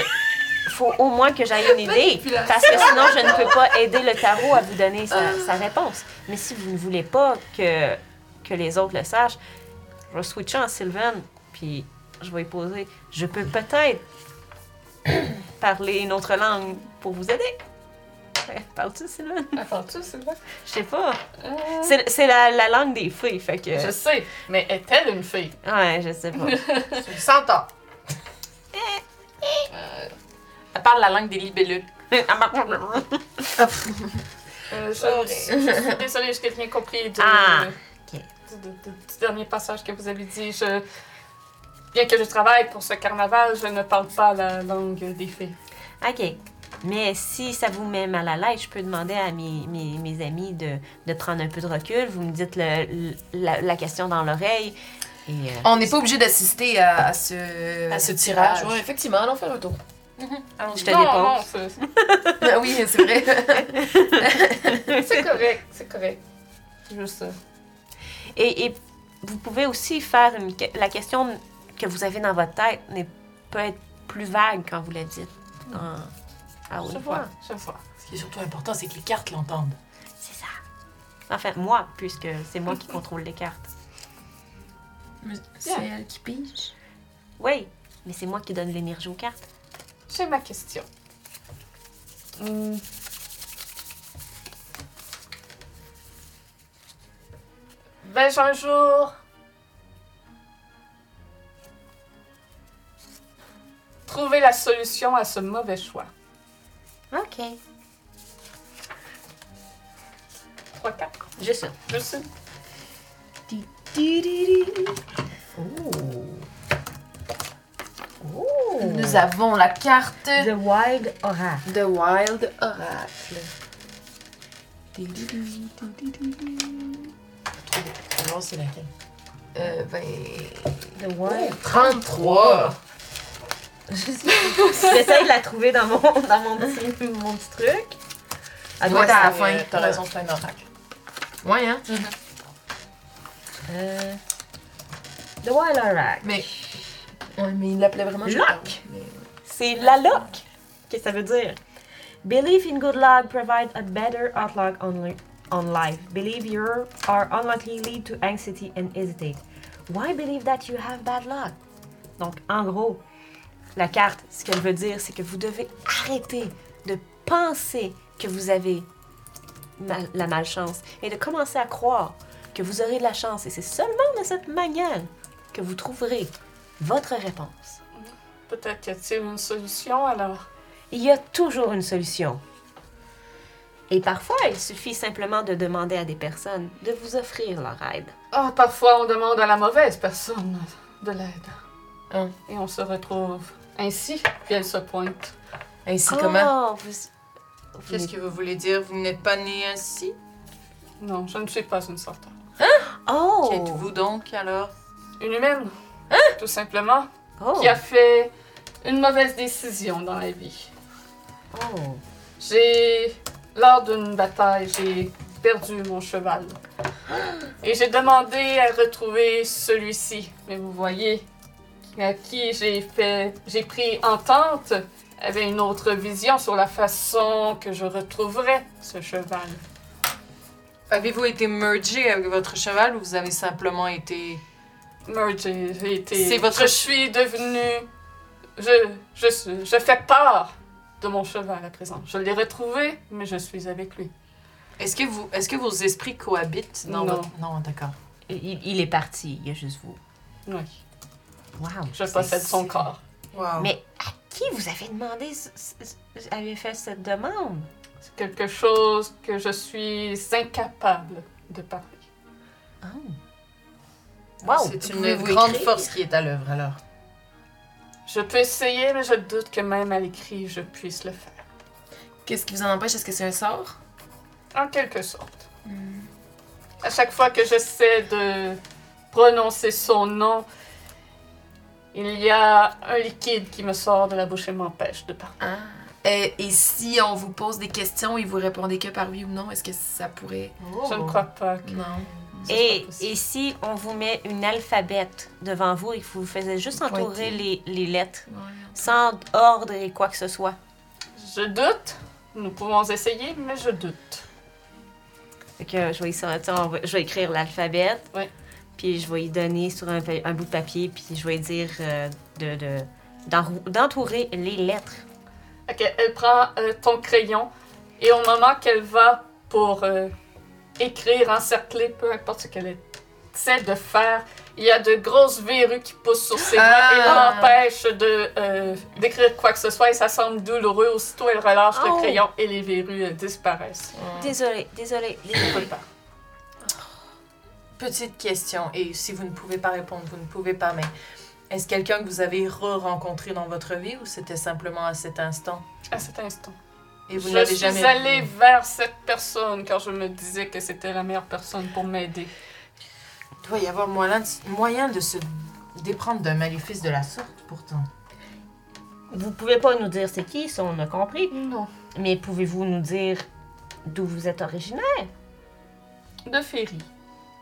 [SPEAKER 5] faut au moins que j'aille une idée parce que sinon je ne peux pas aider le tarot à vous donner sa, sa réponse. Mais si vous ne voulez pas que que les autres le sachent, je vais switcher en Sylvain puis je vais y poser. Je peux peut-être parler une autre langue pour vous aider. Euh, Parles-tu Sylvain
[SPEAKER 1] Attends-tu, Ah, Sylvain? Euh.
[SPEAKER 5] Je sais pas. C'est c'est la, la langue des fées, fait que
[SPEAKER 1] Je sais, mais est-elle une fille?
[SPEAKER 5] ouais, je sais pas.
[SPEAKER 4] C'est une centaure. Euh, Elle parle la langue des libellules.
[SPEAKER 1] Euh, je, je suis désolée, je n'ai rien compris de,
[SPEAKER 5] Ah,
[SPEAKER 1] du- du- du- du dernier passage que vous avez dit. Je- bien que je travaille pour ce carnaval, je ne parle pas la langue des fées.
[SPEAKER 5] OK. Mais si ça vous met mal à l'aise, je peux demander à mes, mes- mes amis de, de prendre un peu de recul. Vous me dites le- le- la, la question dans l'oreille. Et, euh,
[SPEAKER 3] On n'est pas obligé d'assister à, à ce...
[SPEAKER 4] À ce tirage.
[SPEAKER 3] Ouais, effectivement, allons faire un tour.
[SPEAKER 5] Ah, je te
[SPEAKER 1] Ah, non,
[SPEAKER 5] dépose.
[SPEAKER 1] non, c'est-
[SPEAKER 3] Ben oui, c'est vrai.
[SPEAKER 1] c'est correct, c'est correct. Juste ça.
[SPEAKER 5] Et, et vous pouvez aussi faire une que- la question que vous avez dans votre tête n'est- peut être plus vague quand vous la dites. en- à haute
[SPEAKER 1] Je
[SPEAKER 5] voix.
[SPEAKER 1] vois, je vois.
[SPEAKER 4] Ce qui est surtout important, c'est que les cartes l'entendent.
[SPEAKER 5] C'est ça. Enfin, moi, puisque c'est moi qui contrôle les cartes.
[SPEAKER 3] c'est elle qui pige.
[SPEAKER 5] Oui, mais c'est moi qui donne l'énergie aux cartes.
[SPEAKER 1] J'ai ma question. Hmm. Vais-je Ben, un jour trouver la solution à ce mauvais choix?
[SPEAKER 5] OK.
[SPEAKER 1] 3, 4,
[SPEAKER 5] Juste ça.
[SPEAKER 1] je sais.
[SPEAKER 3] Nous avons la carte
[SPEAKER 2] Wild Aura.
[SPEAKER 3] de Wild Oracle.
[SPEAKER 4] Alors, c'est laquelle
[SPEAKER 3] Euh, ben...
[SPEAKER 2] The
[SPEAKER 3] Oh,
[SPEAKER 2] Wild.
[SPEAKER 3] 33!
[SPEAKER 2] J'essaie de la trouver dans mon, dans mon, petit, mon petit truc.
[SPEAKER 3] Elle doit être à la fin.
[SPEAKER 4] T'as raison, c'est un oracle.
[SPEAKER 3] Ouais, hein?
[SPEAKER 2] Euh, The Wild Aura.
[SPEAKER 3] Mais... Ouais, mais il l'appelait vraiment...
[SPEAKER 2] Luck.
[SPEAKER 3] Mais-
[SPEAKER 5] C'est la là.
[SPEAKER 2] Qu'est-ce que ça veut dire? Belief in good luck provide a better outlook on, li- on life. Believe you are unlikely lead to anxiety and hesitate. Why believe that you have bad luck? Donc, en gros, la carte, ce qu'elle veut dire, c'est que vous devez arrêter de penser que vous avez mal- la malchance et de commencer à croire que vous aurez de la chance. Et c'est seulement de cette manière que vous trouverez votre réponse.
[SPEAKER 1] Peut-être y a-t-il une solution alors?
[SPEAKER 5] Il y a toujours une solution. Et parfois, il suffit simplement de demander à des personnes de vous offrir leur aide.
[SPEAKER 1] Ah, parfois on demande à la mauvaise personne de l'aide.
[SPEAKER 3] Hein.
[SPEAKER 1] Et on se retrouve ainsi, puis elle se pointe.
[SPEAKER 3] Ainsi,
[SPEAKER 5] Oh,
[SPEAKER 3] comment?
[SPEAKER 5] vous...
[SPEAKER 4] Qu'est-ce que vous voulez dire Vous n'êtes pas né ainsi
[SPEAKER 1] Non, je ne suis pas une sorte.
[SPEAKER 5] Oh!
[SPEAKER 4] Qu'êtes-vous donc alors
[SPEAKER 1] Une humaine, tout simplement,
[SPEAKER 5] Oh!
[SPEAKER 1] qui a fait une mauvaise décision dans la vie.
[SPEAKER 5] Oh!
[SPEAKER 1] J'ai, lors d'une bataille, j'ai perdu mon cheval. Et j'ai demandé à retrouver celui-ci. Mais vous voyez, à qui j'ai fait, j'ai pris entente, avait une autre vision sur la façon que je retrouverais ce cheval.
[SPEAKER 4] Avez-vous été mergé avec votre cheval ou vous avez simplement été.
[SPEAKER 1] Merge, j'ai j'ai été.
[SPEAKER 4] C'est votre-
[SPEAKER 1] Je suis devenue. Je, je, suis- je fais part de mon cheval à présent. Je l'ai retrouvé, mais je suis avec lui.
[SPEAKER 4] Est-ce que, vous... Est que vos esprits cohabitent dans
[SPEAKER 1] Non.
[SPEAKER 4] votre. Non, d'accord.
[SPEAKER 5] Il, il est parti, il y a juste vous.
[SPEAKER 1] Oui,
[SPEAKER 5] Wow!
[SPEAKER 1] je possède son corps.
[SPEAKER 4] Wow.
[SPEAKER 5] Mais à qui vous avez demandé, ce- ce- ce- avez fait cette demande?
[SPEAKER 1] C'est quelque chose que je suis incapable de parler.
[SPEAKER 5] Oh! Wow!
[SPEAKER 4] C'est une
[SPEAKER 3] Pouvez-vous
[SPEAKER 4] grande
[SPEAKER 3] écrire?
[SPEAKER 4] force qui est à l'œuvre alors.
[SPEAKER 1] Je peux essayer, mais je doute que même à l'écrit, je puisse le faire.
[SPEAKER 3] Qu'est-ce qui vous en empêche? Est-ce que c'est un sort?
[SPEAKER 1] En quelque sorte.
[SPEAKER 4] Hmm.
[SPEAKER 1] À chaque fois que j'essaie de prononcer son nom, il y a un liquide qui me sort de la bouche et m'empêche de parler.
[SPEAKER 3] Ah. Et, et si on vous pose des questions et vous répondez que par oui ou non, est-ce que ça pourrait...
[SPEAKER 1] Je
[SPEAKER 4] Oh.
[SPEAKER 1] ne crois pas que
[SPEAKER 3] Non.
[SPEAKER 1] ce
[SPEAKER 5] Et,
[SPEAKER 1] soit possible.
[SPEAKER 5] et si on vous met une alphabète devant vous et que vous faisiez juste entourer les, les lettres, sans ordre et quoi que ce soit?
[SPEAKER 1] Je doute. Nous pouvons essayer, mais je doute.
[SPEAKER 5] Fait que euh, je vais, y sortir- on va- je vais écrire l'alphabet.
[SPEAKER 1] Ouais.
[SPEAKER 5] Puis je vais y donner sur un, pa- un bout de papier, puis je vais y dire euh, de- de- d'enrou- d'entourer les lettres.
[SPEAKER 1] Ok, elle prend euh, ton crayon et au moment qu'elle va pour euh, écrire, encercler, peu importe ce qu'elle essaie de faire, il y a de grosses verrues qui poussent sur ses mains et
[SPEAKER 3] Ah.
[SPEAKER 1] l'empêchent de, euh, d'écrire quoi que ce soit et ça semble douloureux. Aussitôt, elle relâche
[SPEAKER 5] Oh.
[SPEAKER 1] le crayon et les verrues euh, disparaissent.
[SPEAKER 5] Désolée, désolée,
[SPEAKER 1] Je
[SPEAKER 5] désolée.
[SPEAKER 1] peux pas.
[SPEAKER 4] Petite question, et si vous ne pouvez pas répondre, vous ne pouvez pas, mais est-ce quelqu'un que vous avez re-rencontré dans votre vie ou c'était simplement à cet instant?
[SPEAKER 1] À cet instant.
[SPEAKER 4] Et vous ne
[SPEAKER 1] Je
[SPEAKER 4] l'avez
[SPEAKER 1] suis
[SPEAKER 4] jamais vu.
[SPEAKER 1] allée vers cette personne car je me disais que c'était la meilleure personne pour m'aider.
[SPEAKER 4] Il doit y avoir moyen de, moyen de se déprendre d'un maléfice de la sorte, pourtant.
[SPEAKER 5] Vous pouvez pas nous dire c'est qui, ça on a compris.
[SPEAKER 1] Non.
[SPEAKER 5] Mais pouvez-vous nous dire d'où vous êtes originaire?
[SPEAKER 1] De Ferry.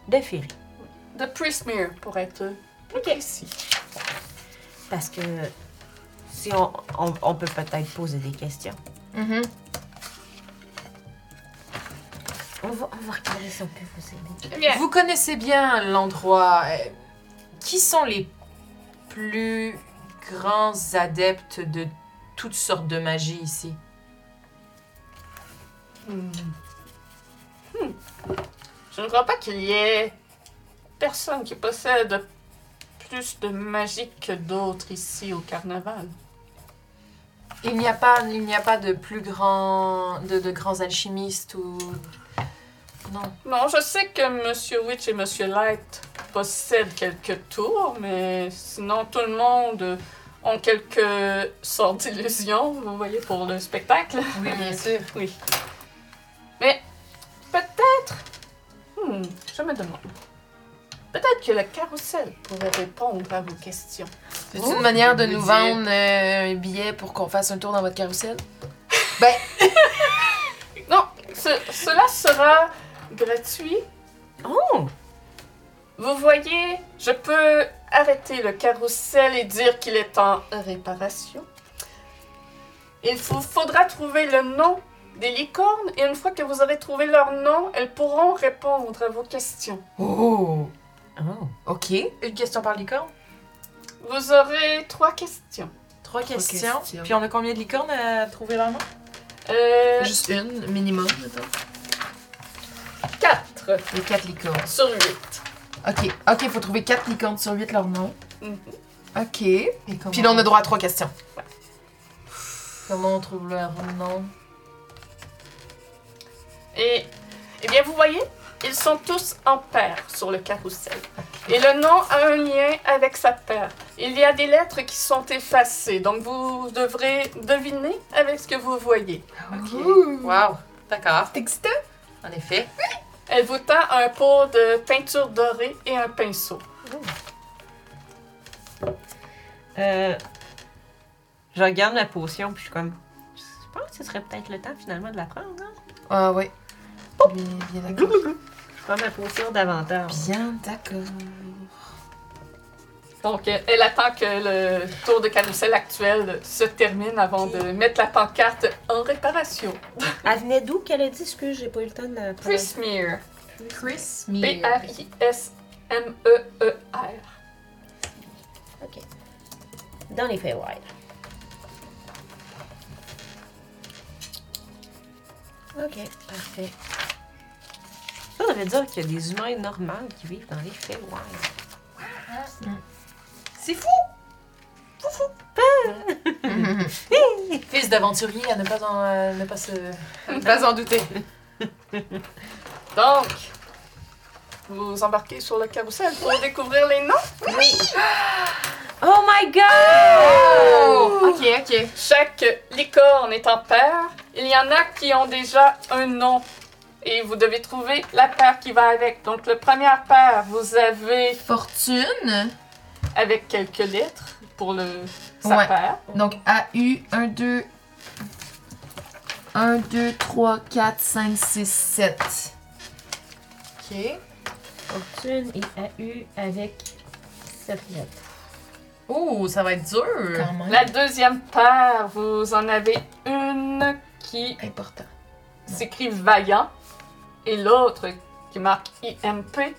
[SPEAKER 5] De Ferry.
[SPEAKER 1] De Prismere, pour être plus précis.
[SPEAKER 5] Parce que si on, on- on peut peut-être poser des questions.
[SPEAKER 3] Mhm.
[SPEAKER 5] On va, on va regarder si on peut vous aider.
[SPEAKER 1] Eh bien,
[SPEAKER 4] Euh, Vous connaissez bien l'endroit. euh, Qui sont les plus grands adeptes de toutes sortes de magie ici?
[SPEAKER 1] Hmm. Hmm. Je ne crois pas qu'il y ait personne qui possède plus de magie que d'autres ici au carnaval.
[SPEAKER 4] Il n'y a pas, il n'y a pas de plus grands, de, de grands alchimistes ou non.
[SPEAKER 1] Non, je sais que Monsieur Witch et Monsieur Light possèdent quelques tours, mais sinon tout le monde a quelques sortes d'illusions, vous voyez, pour le spectacle.
[SPEAKER 4] Oui, bien sûr.
[SPEAKER 1] Oui. Mais peut-être. Hmm, je me demande. Peut-être que le carrousel pourrait répondre à vos questions.
[SPEAKER 3] C'est une manière de
[SPEAKER 4] Oh, je
[SPEAKER 3] nous
[SPEAKER 4] vous
[SPEAKER 3] vendre euh, un billet pour qu'on fasse un tour dans votre carrousel?
[SPEAKER 1] Non, ce- cela sera gratuit.
[SPEAKER 5] Oh!
[SPEAKER 1] Vous voyez, je peux arrêter le carrousel et dire qu'il est en réparation. Il vous faudra trouver le nom des licornes et une fois que vous aurez trouvé leur nom, elles pourront répondre à vos questions.
[SPEAKER 4] Oh,
[SPEAKER 5] Oh!
[SPEAKER 4] ok. Une question par licorne.
[SPEAKER 1] Vous aurez trois questions.
[SPEAKER 4] Trois questions.
[SPEAKER 6] questions.
[SPEAKER 4] Puis on a combien de licornes à trouver là
[SPEAKER 1] Euh,
[SPEAKER 6] Juste une, minimum, mettons.
[SPEAKER 1] 4
[SPEAKER 3] Les quatre licornes.
[SPEAKER 1] sur 8.
[SPEAKER 3] Ok, ok, faut trouver quatre licornes sur huit leur nom.
[SPEAKER 4] Mm-hmm.
[SPEAKER 1] Mhm.
[SPEAKER 3] Ok. Puis là, on a droit à trois questions.
[SPEAKER 4] Comment on trouve leur nom
[SPEAKER 1] Et, eh bien, vous voyez, ils sont tous en paire sur le carrousel. Et le nom a un lien avec sa paire. Il y a des lettres qui sont effacées, donc vous devrez deviner avec ce que vous voyez.
[SPEAKER 4] Ok. Wow. D'accord.
[SPEAKER 3] T'excites?
[SPEAKER 4] En effet.
[SPEAKER 1] Elle vous tend un pot de peinture dorée et un pinceau.
[SPEAKER 2] Euh,
[SPEAKER 5] Je regarde la potion, puis je suis comme. Je pense que ce serait peut-être le temps finalement de la prendre, hein. non?
[SPEAKER 3] Ah ouais.
[SPEAKER 4] Oh.
[SPEAKER 3] Bien, bien d'accord.
[SPEAKER 5] Je prends ma potion davantage.
[SPEAKER 3] Bien d'accord.
[SPEAKER 1] Donc, euh, elle attend que le tour de carrousel actuel se termine avant de mettre la pancarte en réparation.
[SPEAKER 5] Elle venait d'où qu'elle a dit ce que j'ai pas eu le temps de la prendre?
[SPEAKER 1] Prismere.
[SPEAKER 4] Chris
[SPEAKER 1] E B-R-I-S-M-E-E-R.
[SPEAKER 5] Dans les Feywild. Ok, parfait. Ça devrait dire qu'il y a des humains normaux qui vivent dans les Feywild.
[SPEAKER 4] C'est fou. Fils d'aventurier à ne pas en, euh, ne pas se.
[SPEAKER 3] Pas en douter.
[SPEAKER 1] Donc, vous embarquez sur le carrousel pour découvrir les noms.
[SPEAKER 5] Oh my god!
[SPEAKER 3] Ok, ok.
[SPEAKER 1] Chaque licorne est en paire. Il y en a qui ont déjà un nom. Et vous devez trouver la paire qui va avec. Donc, la première paire, vous avez
[SPEAKER 3] Fortune.
[SPEAKER 1] avec quelques lettres pour le, sa
[SPEAKER 3] Ouais.
[SPEAKER 1] paire.
[SPEAKER 3] Donc AU 1, 2. 1, 2, 3, 4, 5, 6, 7.
[SPEAKER 4] Ok.
[SPEAKER 5] Fortune et AU avec cette lettre.
[SPEAKER 4] Oh, ça va être dur.
[SPEAKER 3] Quand même.
[SPEAKER 1] La deuxième paire, vous en avez une qui
[SPEAKER 3] Important.
[SPEAKER 1] s'écrit Vaillant et l'autre qui marque IMP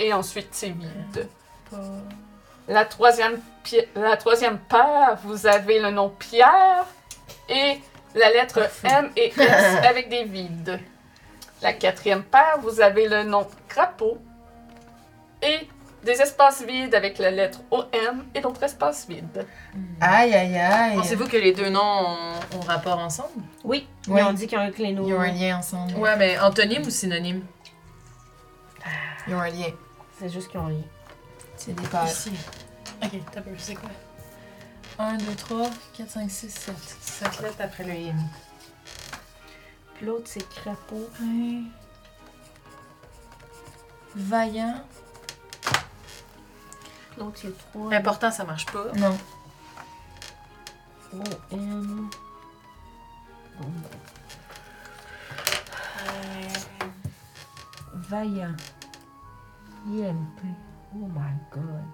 [SPEAKER 1] et ensuite c'est vide. La troisième, pi- la troisième paire, vous avez le nom Pierre et la lettre M et S avec des vides. La quatrième paire, vous avez le nom Crapaud et des espaces vides avec la lettre OM et d'autres espaces vides.
[SPEAKER 3] Aïe, aïe, aïe.
[SPEAKER 4] Pensez-vous que les deux noms ont, ont rapport ensemble?
[SPEAKER 5] Oui,
[SPEAKER 3] Ouais.
[SPEAKER 5] mais on dit qu'il y a un cléno.
[SPEAKER 3] Ils ont un lien ensemble.
[SPEAKER 4] Ouais, mais antonyme ou synonyme?
[SPEAKER 3] Ils ont un lien.
[SPEAKER 5] C'est juste qu'ils ont un lien.
[SPEAKER 3] C'est des paires.
[SPEAKER 4] Ici. Ok, t'as peur, c'est quoi? 1, 2, 3, 4, 5, 6, 7. 7 lettres après le IM.
[SPEAKER 5] Puis l'autre, c'est crapaud.
[SPEAKER 3] Ouais. Vaillant.
[SPEAKER 5] L'autre, c'est 3.
[SPEAKER 4] Important, ça marche pas.
[SPEAKER 3] Non.
[SPEAKER 5] O-N.
[SPEAKER 4] Euh,
[SPEAKER 5] Vaillant. IMP. Oh my god.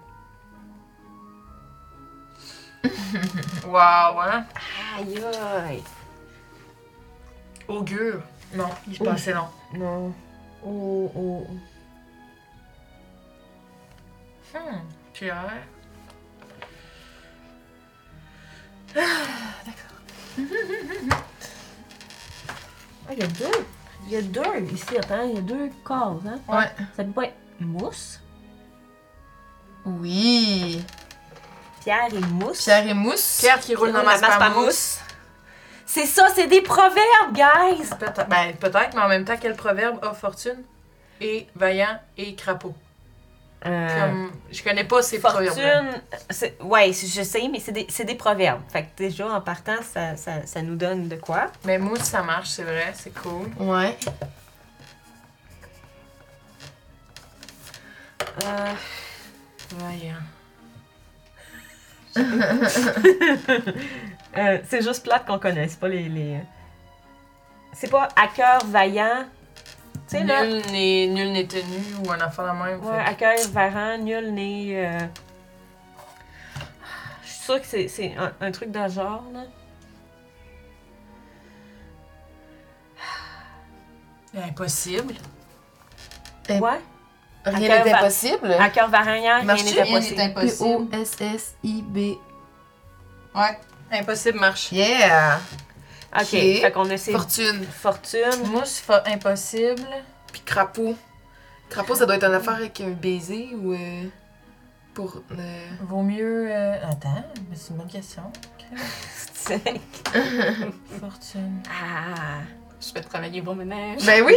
[SPEAKER 4] Waouh, hein?
[SPEAKER 5] Aïe aïe.
[SPEAKER 4] Augure. Non, il
[SPEAKER 5] Ouh.
[SPEAKER 4] est pas assez long.
[SPEAKER 5] Non. Oh oh.
[SPEAKER 4] Hmm. Pierre.
[SPEAKER 5] Ah, il y a deux. Il y a deux ici, attends, il y a deux cases, hein?
[SPEAKER 4] Ouais.
[SPEAKER 5] Ça peut pas être mousse.
[SPEAKER 3] Oui.
[SPEAKER 5] Pierre et mousse.
[SPEAKER 3] Pierre et Mousse.
[SPEAKER 4] Pierre qui roule dans ma mousse.
[SPEAKER 5] C'est ça, c'est des proverbes, guys!
[SPEAKER 4] Peut-être, ben, peut-être, mais en même temps, quel proverbe a fortune et vaillant et crapaud?
[SPEAKER 5] Euh,
[SPEAKER 4] Comme, je connais pas ces proverbes. hein.
[SPEAKER 5] Fortune, c'est- ouais, c'est- je sais, mais c'est des, c'est des proverbes. Fait que déjà, en partant, ça, ça, ça nous donne de quoi.
[SPEAKER 4] Mais mousse, ça marche, c'est vrai, c'est cool.
[SPEAKER 3] Ouais.
[SPEAKER 5] Euh,
[SPEAKER 4] Vaillant.
[SPEAKER 5] euh, c'est juste plate qu'on connaît, c'est pas les... les- C'est pas à cœur vaillant. Tu sais, là,
[SPEAKER 4] Nul n'est, nul n'est tenu ou un enfant la même.
[SPEAKER 5] ouais, à cœur vaillant, nul n'est... euh, Je suis sûre que c'est- c'est un, un truc dans le genre, là.
[SPEAKER 4] fait- Impossible.
[SPEAKER 3] Eh,
[SPEAKER 5] Ouais.
[SPEAKER 3] Rien n'est
[SPEAKER 5] Acteur va-
[SPEAKER 3] impossible.
[SPEAKER 5] À cœur vaillant,
[SPEAKER 4] Ah,
[SPEAKER 5] rien
[SPEAKER 3] Marche-tu?
[SPEAKER 5] n'était
[SPEAKER 3] Rien
[SPEAKER 5] possible.
[SPEAKER 3] P-O-S-S-I-B.
[SPEAKER 4] Ouais. Impossible marche.
[SPEAKER 3] Yeah.
[SPEAKER 5] Ok,
[SPEAKER 3] Ok.
[SPEAKER 5] fait qu'on a ces
[SPEAKER 6] Fortune.
[SPEAKER 5] fortunes.
[SPEAKER 4] Mousse, fa- impossible.
[SPEAKER 6] Puis crapaud. Crapaud, ça doit être une affaire avec un baiser ou. euh, pour. euh,
[SPEAKER 4] Vaut mieux. euh, Attends, mais c'est une bonne question. Fortune.
[SPEAKER 5] ah...
[SPEAKER 1] Je vais travailler bon ménage.
[SPEAKER 6] Ben oui!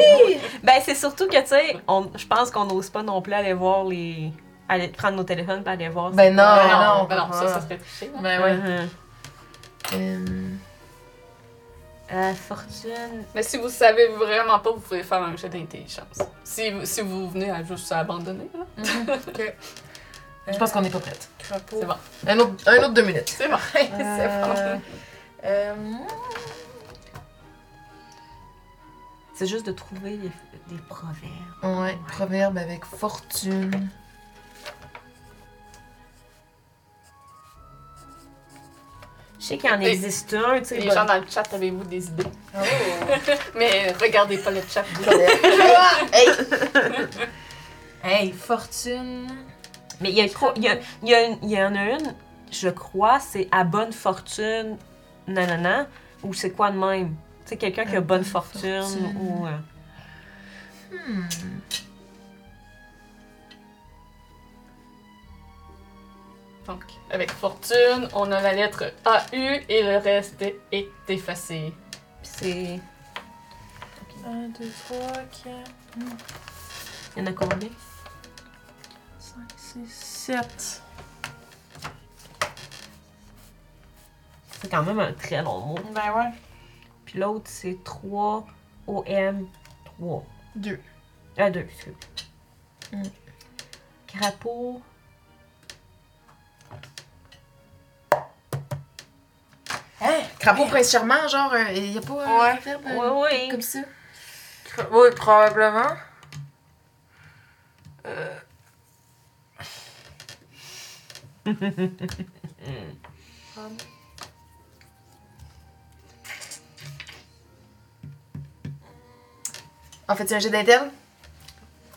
[SPEAKER 5] Ben, c'est surtout que, tu sais, on- je pense qu'on n'ose pas non plus aller voir les. aller prendre nos téléphones et aller voir.
[SPEAKER 3] Ben non,
[SPEAKER 1] Ben
[SPEAKER 3] ben
[SPEAKER 1] non,
[SPEAKER 3] non.
[SPEAKER 1] ben non, ça, ça serait triché. là.
[SPEAKER 4] Ben ouais.
[SPEAKER 5] Euh,
[SPEAKER 3] Euh,
[SPEAKER 5] euh, fortune.
[SPEAKER 1] Mais si vous savez vraiment pas, vous pouvez faire un jeu d'intelligence. Si, vous- si vous venez à juste abandonner, là,
[SPEAKER 6] Je pense qu'on n'est pas prête.
[SPEAKER 4] Crapaud.
[SPEAKER 1] c'est bon.
[SPEAKER 6] Un autre, un autre deux minutes.
[SPEAKER 1] C'est bon.
[SPEAKER 4] Euh, euh,
[SPEAKER 5] C'est juste de trouver des, des proverbes.
[SPEAKER 6] Ouais, proverbe avec fortune.
[SPEAKER 5] Je sais qu'il en
[SPEAKER 1] Et-
[SPEAKER 5] existe un, tu sais.
[SPEAKER 1] Les
[SPEAKER 5] bon.
[SPEAKER 1] gens dans le chat, avez-vous des idées?
[SPEAKER 4] Oh.
[SPEAKER 1] Mais euh, regardez pas le chat.
[SPEAKER 4] Hey, fortune.
[SPEAKER 5] Mais il y, a trois- il y, a- il y a une- il y en a une, je crois, c'est à bonne fortune, nanana, ou c'est quoi de même? Tu sais, quelqu'un qui a bonne fortune,
[SPEAKER 3] fortune.
[SPEAKER 5] ou. euh,
[SPEAKER 3] hmm.
[SPEAKER 1] Donc, avec fortune, on a la lettre AU et le reste est effacé.
[SPEAKER 5] pis c'est.
[SPEAKER 4] 1, 2, 3, 4,
[SPEAKER 5] Il y en a combien?
[SPEAKER 4] 5, 6, 7.
[SPEAKER 5] C'est quand même un très long mot.
[SPEAKER 4] Ben ouais.
[SPEAKER 5] Puis l'autre, c'est 3 OM 3.
[SPEAKER 3] Deux.
[SPEAKER 5] Ah, 2, excuse.
[SPEAKER 3] Mm.
[SPEAKER 5] Crapaud.
[SPEAKER 3] Hein? Crapaud prince charmant, genre, euh, il y a pas un
[SPEAKER 4] Ouais.
[SPEAKER 3] verbe euh,
[SPEAKER 5] Oui, oui.
[SPEAKER 3] comme ça?
[SPEAKER 4] Oui, probablement. Euh,
[SPEAKER 3] En fait, c'est un jet d'intel?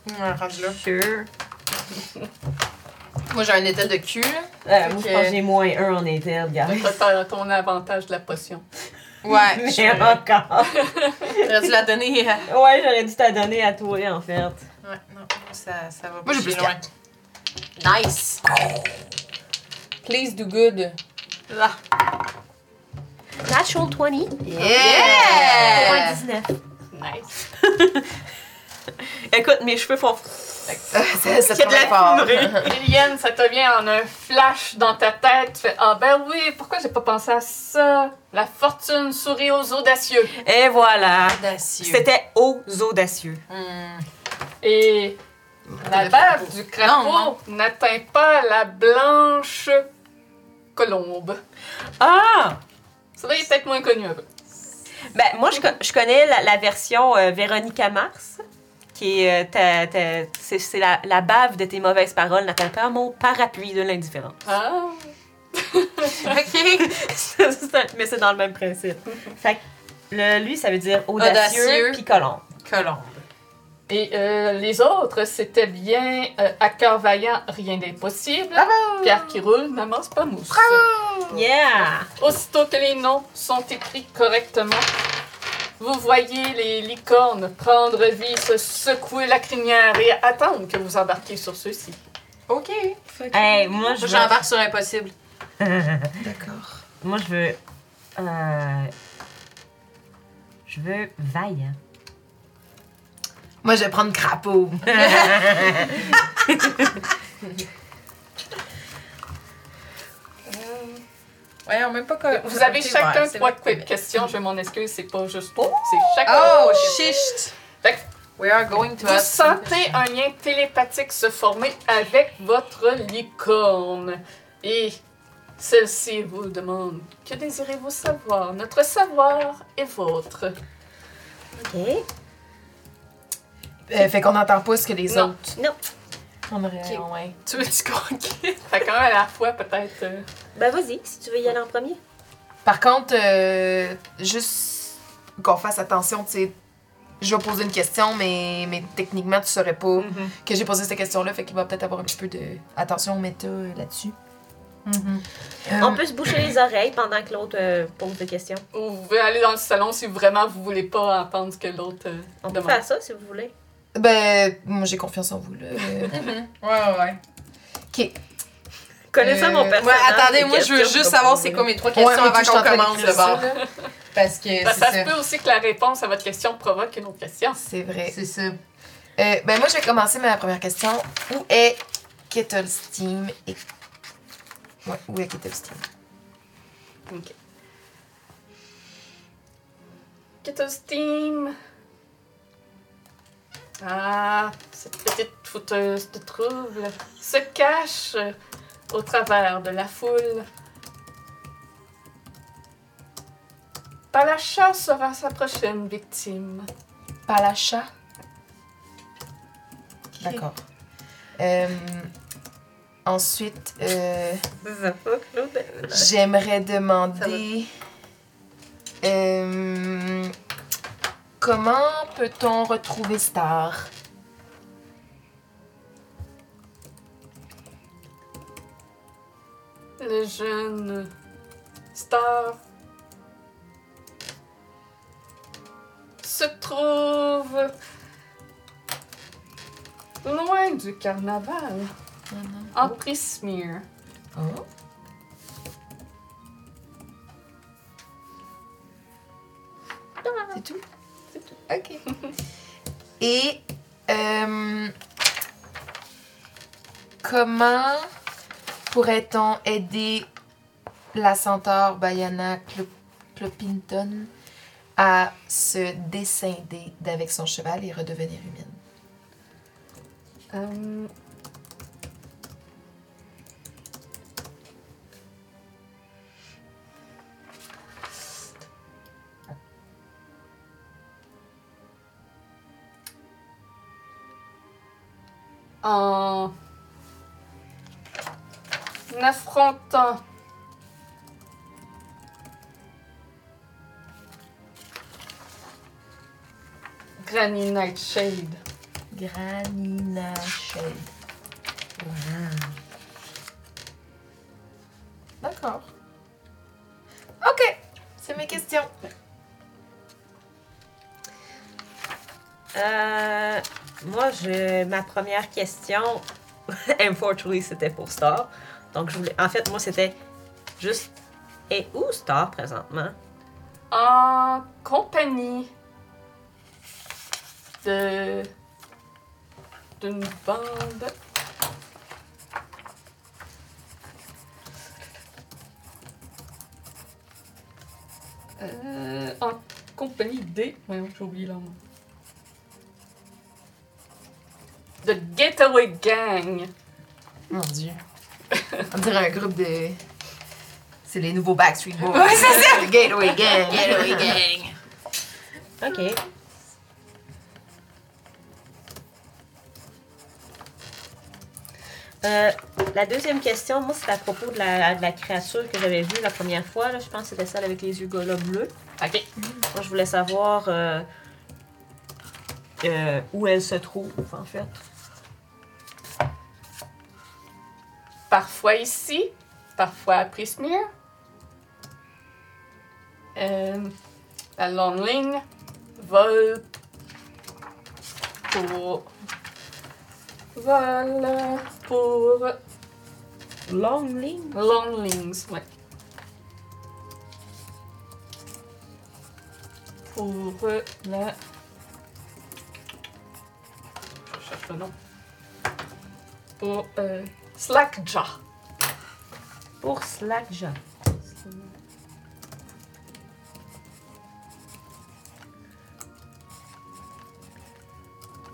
[SPEAKER 4] ouais, rendu là.
[SPEAKER 5] Sure.
[SPEAKER 3] Moi, j'ai un intel de cul.
[SPEAKER 5] Euh, moi, je
[SPEAKER 3] Ok.
[SPEAKER 5] pense que j'ai moins 1 en Intel, regarde.
[SPEAKER 1] Donc, t'as ton avantage de la potion.
[SPEAKER 3] Ouais.
[SPEAKER 5] Mais encore.
[SPEAKER 4] J'aurais dû la donner. à-
[SPEAKER 5] Ouais, j'aurais dû t'la donner à toi, en fait.
[SPEAKER 4] Ouais, non, ça, ça va
[SPEAKER 6] Moi, j'ai
[SPEAKER 4] plus
[SPEAKER 6] plus
[SPEAKER 4] loin. Nice! Please do good. Là.
[SPEAKER 5] Natural 20.
[SPEAKER 3] Euh. Yeah!
[SPEAKER 5] 19.
[SPEAKER 1] Nice.
[SPEAKER 5] Écoute, mes cheveux font.
[SPEAKER 3] ça, ça
[SPEAKER 5] Il y a de la
[SPEAKER 3] travaille fort.
[SPEAKER 5] fumerie.
[SPEAKER 1] Liliane, ça te vient en un flash dans ta tête. Tu fais Ah ben oui, pourquoi j'ai pas pensé à ça? La fortune sourit aux audacieux.
[SPEAKER 5] Et voilà.
[SPEAKER 4] Audacieux.
[SPEAKER 5] C'était aux audacieux.
[SPEAKER 4] Hmm.
[SPEAKER 1] Et la bave du crapaud n'atteint pas la blanche colombe.
[SPEAKER 5] Ah!
[SPEAKER 1] Ça doit être peut-être moins connu un peu.
[SPEAKER 5] Ben, moi, je, co- je connais la, la version euh, Véronica Mars, qui est, euh, ta- ta- c'est, c'est la, la bave de tes mauvaises paroles n'atteint pas mon parapluie de l'indifférence.
[SPEAKER 1] Ah.
[SPEAKER 5] OK! mais c'est dans le même principe. Fait que le- lui, ça veut dire audacieux,
[SPEAKER 4] Audacieux.
[SPEAKER 5] puis colombe.
[SPEAKER 4] Colombe.
[SPEAKER 1] Et euh, les autres, c'était bien euh, à cœur vaillant, rien d'impossible. Pierre qui roule n'amasse pas mousse.
[SPEAKER 5] Yeah!
[SPEAKER 1] Aussitôt que les noms sont écrits correctement, vous voyez les licornes prendre vie, se secouer la crinière et attendre que vous embarquiez sur ceux-ci.
[SPEAKER 4] OK.
[SPEAKER 5] Hey, moi, je veux...
[SPEAKER 4] J'embarque sur impossible.
[SPEAKER 3] D'accord.
[SPEAKER 5] Moi, je veux... euh, je veux vaillant.
[SPEAKER 3] Moi, je vais prendre crapaud. Euh,
[SPEAKER 4] Ouais, on même pas que.
[SPEAKER 1] Euh, Vous avez chacun
[SPEAKER 4] Ouais, c'est
[SPEAKER 1] trois
[SPEAKER 4] vrai.
[SPEAKER 1] quick questions. Je m'en excuse, c'est pas juste vous, c'est chacun.
[SPEAKER 4] Oh,
[SPEAKER 1] trois
[SPEAKER 4] shift!
[SPEAKER 1] Fait que
[SPEAKER 4] We are going to
[SPEAKER 1] Vous
[SPEAKER 4] have-
[SPEAKER 1] sentez un lien télépathique se former avec votre licorne. Et celle-ci vous demande Que désirez-vous savoir Notre savoir est vôtre.
[SPEAKER 5] OK.
[SPEAKER 3] Euh, fait qu'on n'entend pas ce que les
[SPEAKER 1] Non.
[SPEAKER 3] autres.
[SPEAKER 5] Non.
[SPEAKER 3] On aurait. ouais.
[SPEAKER 1] Tu veux-tu qu'on quitte? Fait qu'un à la fois, peut-être. euh,
[SPEAKER 9] Ben vas-y, si tu veux y aller en premier.
[SPEAKER 3] Par contre, euh, juste qu'on fasse attention, tu sais. Je vais poser une question, mais, mais techniquement, tu saurais pas que j'ai posé cette question-là. Fait qu'il va peut-être avoir un petit peu de attention au méta euh, là-dessus. Euh,
[SPEAKER 9] On peut se boucher les oreilles pendant que l'autre euh, pose des questions.
[SPEAKER 1] Ou vous pouvez aller dans le salon si vraiment vous voulez pas entendre ce que l'autre euh,
[SPEAKER 9] On peut
[SPEAKER 1] demande.
[SPEAKER 9] faire ça si vous voulez.
[SPEAKER 3] Ben, moi, j'ai confiance en vous, là. Euh,
[SPEAKER 4] Ouais, ouais.
[SPEAKER 3] OK.
[SPEAKER 9] Connaissant
[SPEAKER 3] Euh,
[SPEAKER 9] mon
[SPEAKER 3] ouais,
[SPEAKER 9] personnage.
[SPEAKER 4] Ouais, attendez,
[SPEAKER 9] les
[SPEAKER 4] moi, je veux
[SPEAKER 9] questions
[SPEAKER 4] juste
[SPEAKER 9] que
[SPEAKER 4] savoir
[SPEAKER 9] je
[SPEAKER 4] c'est
[SPEAKER 9] vais
[SPEAKER 4] quoi mes trois
[SPEAKER 3] Ouais,
[SPEAKER 4] questions
[SPEAKER 3] moi,
[SPEAKER 4] avant
[SPEAKER 3] je suis en
[SPEAKER 4] qu'on
[SPEAKER 3] train
[SPEAKER 4] commence
[SPEAKER 3] d'écrire
[SPEAKER 4] le
[SPEAKER 3] ça,
[SPEAKER 4] bar.
[SPEAKER 3] là.
[SPEAKER 4] Parce que c'est
[SPEAKER 1] Ben, ça se
[SPEAKER 4] ça.
[SPEAKER 1] peut aussi que la réponse à votre question provoque une autre question.
[SPEAKER 3] C'est vrai.
[SPEAKER 4] C'est ça.
[SPEAKER 3] Euh, ben, moi, je vais commencer ma première question. Où est Kettle Steam et. Ouais, où est Kettle Steam?
[SPEAKER 1] Kettle Steam. Ah, cette petite fouteuse de trouble se cache au travers de la foule. Par la chasse sera sa prochaine victime.
[SPEAKER 3] Par l'achat. D'accord. Euh, ensuite, euh,
[SPEAKER 5] dire. Fuck, l'autre.
[SPEAKER 3] j'aimerais demander euh, comment peut-on retrouver Star
[SPEAKER 1] Le jeune star se trouve loin du carnaval, en Prismere.
[SPEAKER 3] Oh. C'est tout? C'est tout. OK. Et euh, comment pourrait-on aider la centaure Bayana Clop- Clopinton à se descinder d'avec son cheval et redevenir humaine?
[SPEAKER 1] Euh, En affrontant Granny Nightshade
[SPEAKER 3] Granina Shade. D'accord. Ok, c'est mes questions.
[SPEAKER 5] Euh, moi, je, ma première question, unfortunately, c'était pour Star. Donc, je voulais, en fait, moi, c'était juste, et où Star présentement?
[SPEAKER 1] en compagnie de une bande. Euh, en compagnie des. Voyons, j'ai oublié leur nom. The Getaway Gang.
[SPEAKER 6] Mon dieu. On dirait un groupe de. C'est les nouveaux Backstreet Boys.
[SPEAKER 3] Ouais, c'est
[SPEAKER 6] ça. Gateway Gang.
[SPEAKER 3] Getaway gang.
[SPEAKER 5] Ok. Euh, la deuxième question, moi, c'est à propos de la, de la créature que j'avais vue la première fois. là. Je pense que c'était celle avec les yeux gaulois bleus.
[SPEAKER 1] Ok.
[SPEAKER 5] Moi, je voulais savoir euh, euh, où elle se trouve, en fait.
[SPEAKER 1] Parfois ici, parfois à Prismir. Euh, la longue ligne vole pour. Voilà pour
[SPEAKER 5] Long ligne.
[SPEAKER 1] long Lings, ouais. Pour euh, la. Je cherche le nom. Pour euh, Slackjaw.
[SPEAKER 5] Pour Slackjaw.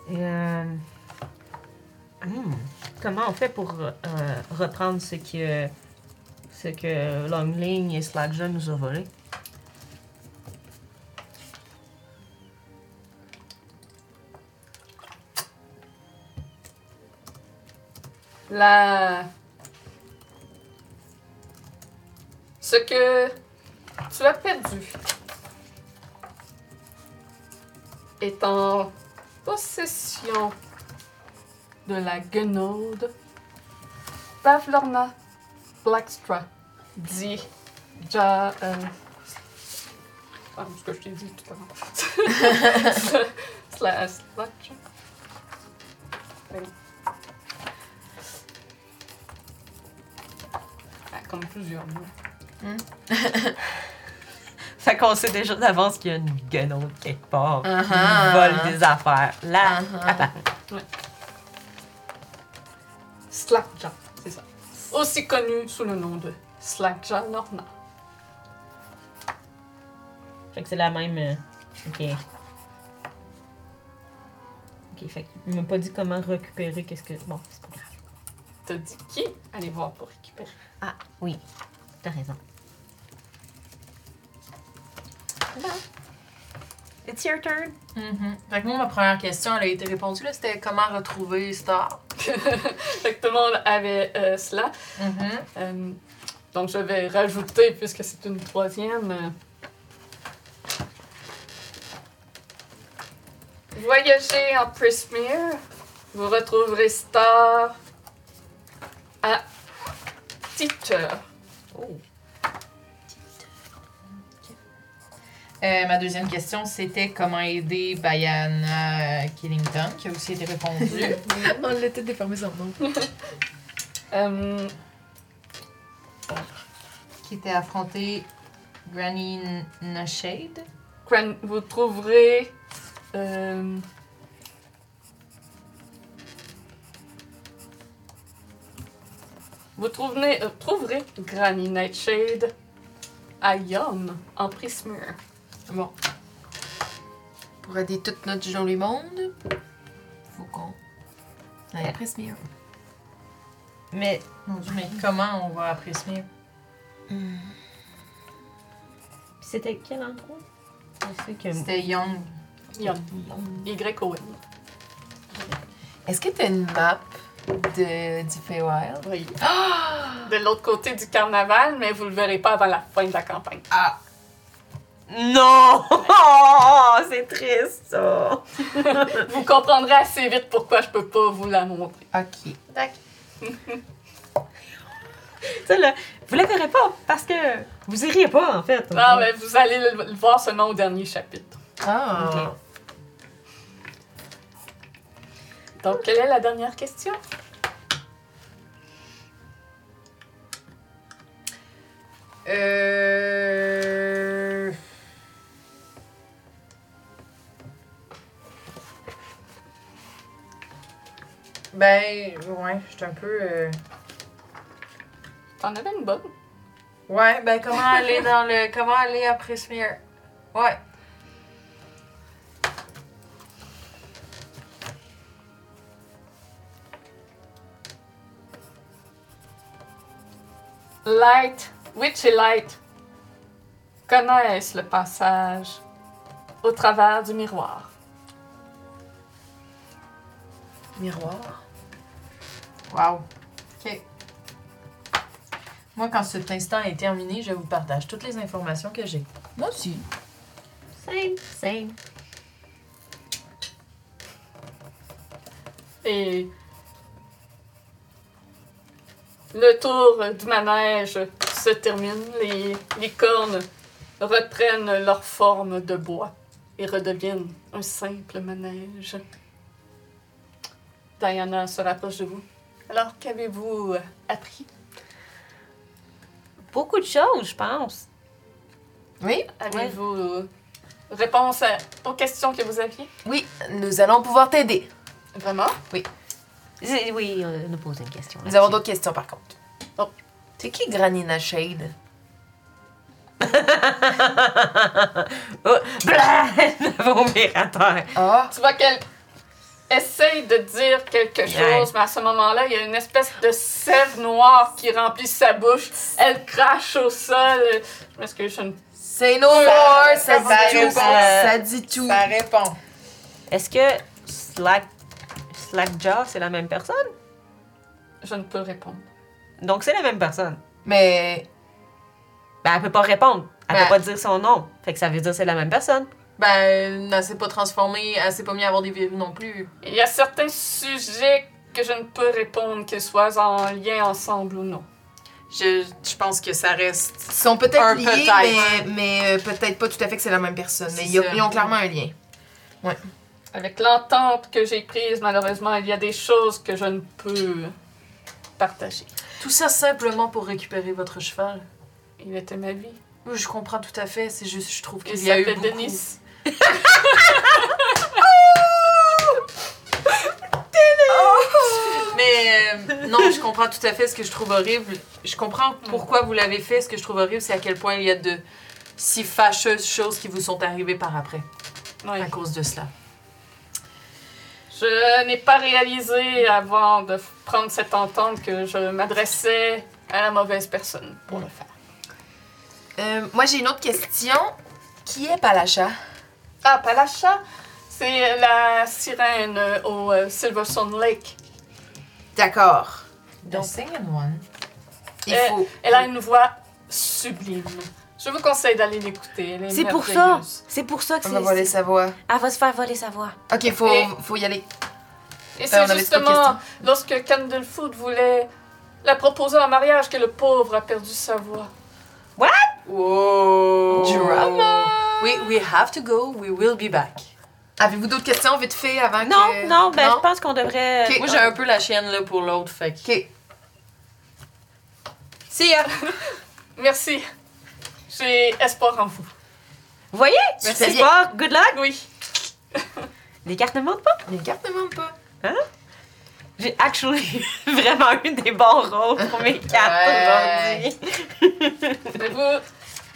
[SPEAKER 5] Et, euh, hmm, comment on fait pour euh, reprendre ce que, ce que Longling et Slackjaw nous ont volé?
[SPEAKER 1] la. Ce que tu as perdu est en possession de la guenaude Pavlorna Blackstra, dit Ja. euh, pardon, ce que je t'ai dit tout à l'heure. Sla- Slackjaw. Ah, comme plusieurs mots.
[SPEAKER 5] Fait qu'on sait déjà d'avance qu'il y a une guenaude quelque part qui
[SPEAKER 6] Uh-huh.
[SPEAKER 5] vole des affaires. Là,
[SPEAKER 6] Uh-huh.
[SPEAKER 5] apparaît.
[SPEAKER 1] Slackjaw, c'est ça. Aussi connu sous le nom de Slackjaw Lorna.
[SPEAKER 5] Fait que c'est la même. euh, Ok. Ok, fait qu'il m'a pas dit comment récupérer, qu'est-ce que. Bon, c'est pas grave.
[SPEAKER 1] T'as dit qui Allez voir pour récupérer.
[SPEAKER 5] Ah, oui. T'as raison. It's your turn.
[SPEAKER 4] Mhm. Fait que moi, ma première question, elle a été répondue, là, c'était comment retrouver Star.
[SPEAKER 1] Fait que tout le monde avait euh, cela.
[SPEAKER 4] Mhm.
[SPEAKER 1] Euh, donc je vais rajouter, puisque c'est une troisième. euh, Voyager en Prismere, vous retrouverez Star à Teacher.
[SPEAKER 5] Oh.
[SPEAKER 3] Euh, ma deuxième question, c'était comment aider Bayana Killington, qui a aussi été répondue.
[SPEAKER 6] On l'a tout déformé son nom.
[SPEAKER 1] Euh,
[SPEAKER 3] qui était affrontée Granny N- Noshade.
[SPEAKER 1] Cran- vous trouverez. euh, vous trouverez, euh, trouverez Granny Nightshade à Yom en Prismure.
[SPEAKER 6] Pour aider toute notre gens du monde.
[SPEAKER 3] Faut qu'on. aille après ce mur.
[SPEAKER 5] Mais
[SPEAKER 3] Mon Dieu, mais comment on va après ce mur? Mm.
[SPEAKER 5] c'était quel endroit? Je sais que.
[SPEAKER 3] C'était Young.
[SPEAKER 1] Yom. Y-O-N.
[SPEAKER 6] Est-ce que t'as une map de, du Feywild?
[SPEAKER 1] Oui. De l'autre côté du carnaval, mais vous le verrez pas avant la fin de la campagne.
[SPEAKER 5] Non! Oh, c'est triste ça!
[SPEAKER 1] Vous comprendrez assez vite pourquoi je peux pas vous la montrer.
[SPEAKER 6] Ok.
[SPEAKER 5] Tu sais, là, vous la verrez pas parce que vous iriez pas en fait.
[SPEAKER 1] Non, Ah, mais vous allez le, le voir seulement au dernier chapitre.
[SPEAKER 6] Ah.
[SPEAKER 1] Donc, quelle est la dernière question?
[SPEAKER 3] Euh.
[SPEAKER 10] Ben, ouais, je suis un peu. euh,
[SPEAKER 1] T'en avais une bonne.
[SPEAKER 10] Ouais, ben, comment aller dans le. Comment aller après Smear? Ouais.
[SPEAKER 1] Light, Witch et Light connaissent le passage au travers du miroir.
[SPEAKER 6] Miroir.
[SPEAKER 4] Wow. OK. Moi, quand cet instant est terminé, je vous partage toutes les informations que j'ai.
[SPEAKER 3] Moi aussi.
[SPEAKER 5] Same, same.
[SPEAKER 1] Et le tour du manège se termine. Les licornes reprennent leur forme de bois et redeviennent un simple manège. Diana se rapproche de vous. Alors, qu'avez-vous euh, appris?
[SPEAKER 5] Beaucoup de choses, je pense.
[SPEAKER 1] Avez-vous euh, réponse à- aux questions que vous aviez?
[SPEAKER 6] Oui, nous allons pouvoir t'aider.
[SPEAKER 1] Vraiment?
[SPEAKER 5] C'est- Oui, on a posé une question.
[SPEAKER 6] Nous
[SPEAKER 5] là-dessus.
[SPEAKER 6] avons d'autres questions par contre.
[SPEAKER 1] Oh.
[SPEAKER 6] C'est qui Granina Shade?
[SPEAKER 2] Oh, blah! Vomir à terre.
[SPEAKER 6] Ah,
[SPEAKER 1] Tu vois qu'elle essaye de dire quelque chose,
[SPEAKER 2] Ouais.
[SPEAKER 1] mais à ce moment-là, il y a une espèce de sève noire qui remplit sa bouche. Elle crache au sol. Je m'excuse, je ne...
[SPEAKER 6] c'est no more, ça
[SPEAKER 10] ça
[SPEAKER 6] dit tout.
[SPEAKER 10] répond.
[SPEAKER 6] Ça dit tout.
[SPEAKER 10] Ça répond.
[SPEAKER 5] Est-ce que Slack... Slackjaw, c'est la même personne?
[SPEAKER 1] je ne peux répondre.
[SPEAKER 2] Donc, c'est la même personne.
[SPEAKER 6] Mais
[SPEAKER 2] Ben, elle peut pas répondre. Elle
[SPEAKER 4] Ben.
[SPEAKER 2] peut pas dire son nom. Fait que ça veut dire que c'est la même personne.
[SPEAKER 4] Ben, elle s'est pas transformée, elle s'est pas mise à avoir des verrues non plus.
[SPEAKER 1] Il y a certains sujets que je ne peux répondre, qu'ils soient en lien ensemble ou non.
[SPEAKER 4] Je, je pense que ça reste.
[SPEAKER 6] ils sont
[SPEAKER 4] Un
[SPEAKER 6] peut-être liés, mais,
[SPEAKER 4] peut-être.
[SPEAKER 6] mais euh, peut-être pas tout à fait que c'est la même personne. Mais
[SPEAKER 4] C'est
[SPEAKER 6] ils ont,
[SPEAKER 4] ça.
[SPEAKER 6] ils ont clairement un lien.
[SPEAKER 1] Avec l'entente que j'ai prise, malheureusement, il y a des choses que je ne peux partager.
[SPEAKER 4] Tout ça simplement pour récupérer votre cheval.
[SPEAKER 1] Il était ma vie.
[SPEAKER 4] Oui, je comprends tout à fait, c'est juste, je trouve
[SPEAKER 1] Il
[SPEAKER 4] qu'il y a eu
[SPEAKER 1] s'appelle
[SPEAKER 4] beaucoup.
[SPEAKER 1] Denis.
[SPEAKER 4] Mais euh, non, je comprends tout à fait ce que je trouve horrible. Je comprends pourquoi vous l'avez fait. Ce que je trouve horrible, c'est à quel point il y a de si fâcheuses choses qui vous sont arrivées par après,
[SPEAKER 1] Oui.
[SPEAKER 4] à cause de cela.
[SPEAKER 1] Je n'ai pas réalisé avant de f- prendre cette entente que je m'adressais à la mauvaise personne pour le faire.
[SPEAKER 6] Euh, moi j'ai une autre question. Qui est Palacha?
[SPEAKER 1] Ah, Palacha, c'est la sirène euh, au euh, Silverstone Lake.
[SPEAKER 6] D'accord.
[SPEAKER 3] The second one.
[SPEAKER 6] Il
[SPEAKER 1] Euh,
[SPEAKER 6] faut.
[SPEAKER 1] Elle a une voix sublime. Je vous conseille d'aller l'écouter. elle est
[SPEAKER 5] C'est pour ça.
[SPEAKER 1] merveilleuse.
[SPEAKER 5] C'est pour ça que
[SPEAKER 6] On
[SPEAKER 5] c'est...
[SPEAKER 6] va voler sa voix.
[SPEAKER 5] Elle va se faire voler sa voix.
[SPEAKER 6] Ok, faut,
[SPEAKER 1] Et-
[SPEAKER 6] faut y aller.
[SPEAKER 1] Et
[SPEAKER 6] on
[SPEAKER 1] c'est
[SPEAKER 6] avait trop de
[SPEAKER 1] justement
[SPEAKER 6] questions.
[SPEAKER 1] lorsque Candlefoot voulait la proposer en mariage que le pauvre a perdu sa voix.
[SPEAKER 4] Wow!
[SPEAKER 6] Drama.
[SPEAKER 4] We, we have to go, we will be back.
[SPEAKER 6] Avez-vous d'autres questions vite fait avant
[SPEAKER 5] Non,
[SPEAKER 6] que...
[SPEAKER 5] non, ben je pense qu'on devrait...
[SPEAKER 6] Ok.
[SPEAKER 4] Moi, j'ai un peu la chienne là pour l'autre, fait que-
[SPEAKER 6] Ok.
[SPEAKER 4] See ya!
[SPEAKER 1] Merci. J'ai espoir en vous.
[SPEAKER 5] Vous voyez?
[SPEAKER 6] Merci.
[SPEAKER 5] C'est pas good luck.
[SPEAKER 1] Oui.
[SPEAKER 5] Les cartes ne mentent pas.
[SPEAKER 6] Les cartes ne mentent pas.
[SPEAKER 5] J'ai actually vraiment eu des bons rôles pour mes cartes
[SPEAKER 6] Ouais.
[SPEAKER 5] aujourd'hui.
[SPEAKER 1] Mais vous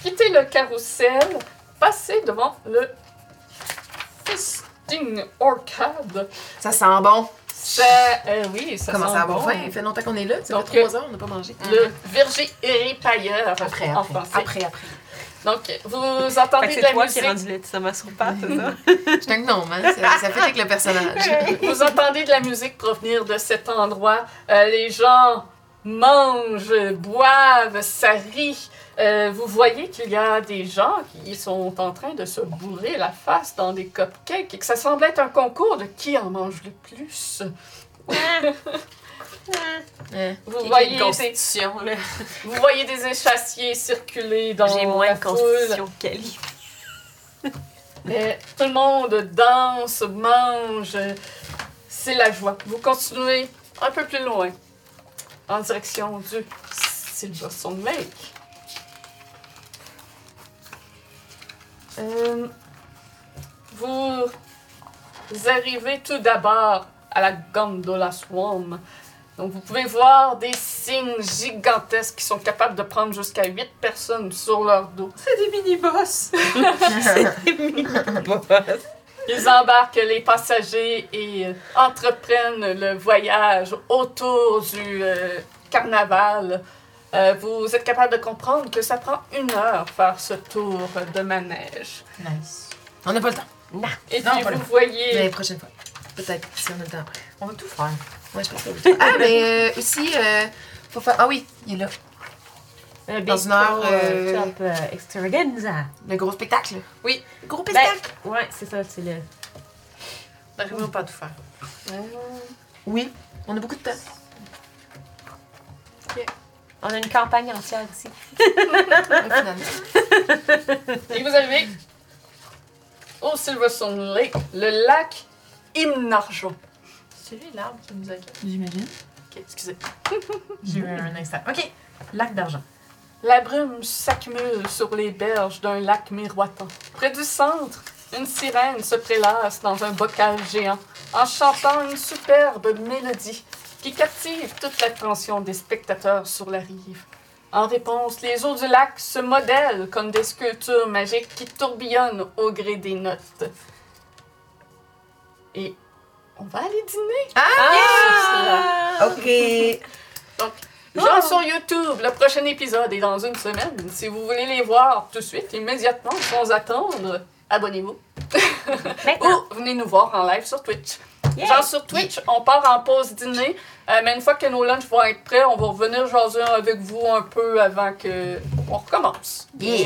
[SPEAKER 1] quittez le carrousel, passez devant le Fisting Orcade.
[SPEAKER 6] Ça sent bon.
[SPEAKER 1] Ça, euh, oui, ça
[SPEAKER 6] Commence
[SPEAKER 1] sent
[SPEAKER 6] à avoir
[SPEAKER 1] bon.
[SPEAKER 6] faim. Il fait longtemps qu'on est là. Ça
[SPEAKER 1] Donc,
[SPEAKER 6] fait 3 heures, on n'a pas mangé.
[SPEAKER 1] Le verger épailleur
[SPEAKER 4] Après,
[SPEAKER 1] en
[SPEAKER 4] après,
[SPEAKER 1] français.
[SPEAKER 6] Après, après.
[SPEAKER 1] Donc, vous
[SPEAKER 2] Fait
[SPEAKER 1] entendez
[SPEAKER 2] que
[SPEAKER 1] de
[SPEAKER 2] c'est
[SPEAKER 1] la
[SPEAKER 2] toi qui
[SPEAKER 1] musique.
[SPEAKER 2] es rendu là. Tu t'en m'as sur patte, c'est ça?
[SPEAKER 6] C'est un gnome, hein. Ça, ça fait avec le personnage.
[SPEAKER 1] Vous entendez de la musique provenir de cet endroit. Euh, les gens mangent, boivent, ça rit. Euh, vous voyez qu'il y a des gens qui sont en train de se bourrer la face dans des cupcakes et que ça semble être un concours de qui en mange le plus.
[SPEAKER 6] Hein.
[SPEAKER 1] Vous
[SPEAKER 4] Voyez,
[SPEAKER 1] voyez,
[SPEAKER 4] une
[SPEAKER 1] des,
[SPEAKER 4] constitution, là.
[SPEAKER 1] vous voyez des échassiers circuler dans
[SPEAKER 5] J'ai moins
[SPEAKER 1] la
[SPEAKER 5] de
[SPEAKER 1] foule.
[SPEAKER 5] constitution qu'Ali.
[SPEAKER 1] Mais tout le monde danse, mange. C'est la joie. Vous continuez un peu plus loin, en direction du Silverstone Lake. Euh, vous arrivez tout d'abord à la Gondola Swarm. Donc, vous pouvez voir des signes gigantesques qui sont capables de prendre jusqu'à 8 personnes sur leur dos.
[SPEAKER 4] C'est des mini-boss!
[SPEAKER 1] Ils embarquent les passagers et euh, entreprennent le voyage autour du euh, carnaval. Euh, vous êtes capable de comprendre que ça prend une heure faire ce tour de manège.
[SPEAKER 6] Nice. On n'a pas le temps.
[SPEAKER 1] Et
[SPEAKER 6] Non, voilà.
[SPEAKER 1] puis vous
[SPEAKER 6] Mais la
[SPEAKER 1] voyez,
[SPEAKER 6] prochaine fois. Peut-être, si on a le temps après. On va tout faire. Ouais, je pense que Ah, mais euh, aussi, euh, faut faire. Ah oui, il est là. Dans une heure, euh,
[SPEAKER 5] Top euh, extravaganza.
[SPEAKER 6] Le gros spectacle.
[SPEAKER 4] Oui.
[SPEAKER 6] Gros
[SPEAKER 5] Ben,
[SPEAKER 6] spectacle.
[SPEAKER 5] ouais, c'est ça, c'est le.
[SPEAKER 4] N'arrivons pas à tout faire.
[SPEAKER 6] Oui, on a beaucoup de temps.
[SPEAKER 5] On a une campagne entière ici.
[SPEAKER 6] Ouais, finalement.
[SPEAKER 1] et vous arrivez au Silverstone Lake, le lac Imnarjon.
[SPEAKER 4] C'est lui l'arbre qui nous accueille.
[SPEAKER 3] J'imagine.
[SPEAKER 4] Ok, excusez.
[SPEAKER 3] J'ai eu un instant. OK. Lac d'argent.
[SPEAKER 1] La brume s'accumule sur les berges d'un lac miroitant. Près du centre, une sirène se prélasse dans un bocal géant en chantant une superbe mélodie qui captive toute l'attention des spectateurs sur la rive. En réponse, les eaux du lac se modèlent comme des sculptures magiques qui tourbillonnent au gré des notes. Et on va aller dîner.
[SPEAKER 5] Ah!
[SPEAKER 1] Ah!
[SPEAKER 5] Oh,
[SPEAKER 2] Ok.
[SPEAKER 1] Genre sur YouTube, le prochain épisode est dans une semaine. Si vous voulez les voir tout de suite, immédiatement, sans attendre, abonnez-vous.
[SPEAKER 5] Maintenant.
[SPEAKER 1] Ou venez nous voir en live sur Twitch.
[SPEAKER 5] oh,
[SPEAKER 1] Genre sur Twitch, on part en pause dîner, euh, mais une fois que nos lunchs vont être prêts, on va revenir jaser avec vous un peu avant que on recommence.
[SPEAKER 6] Yeah.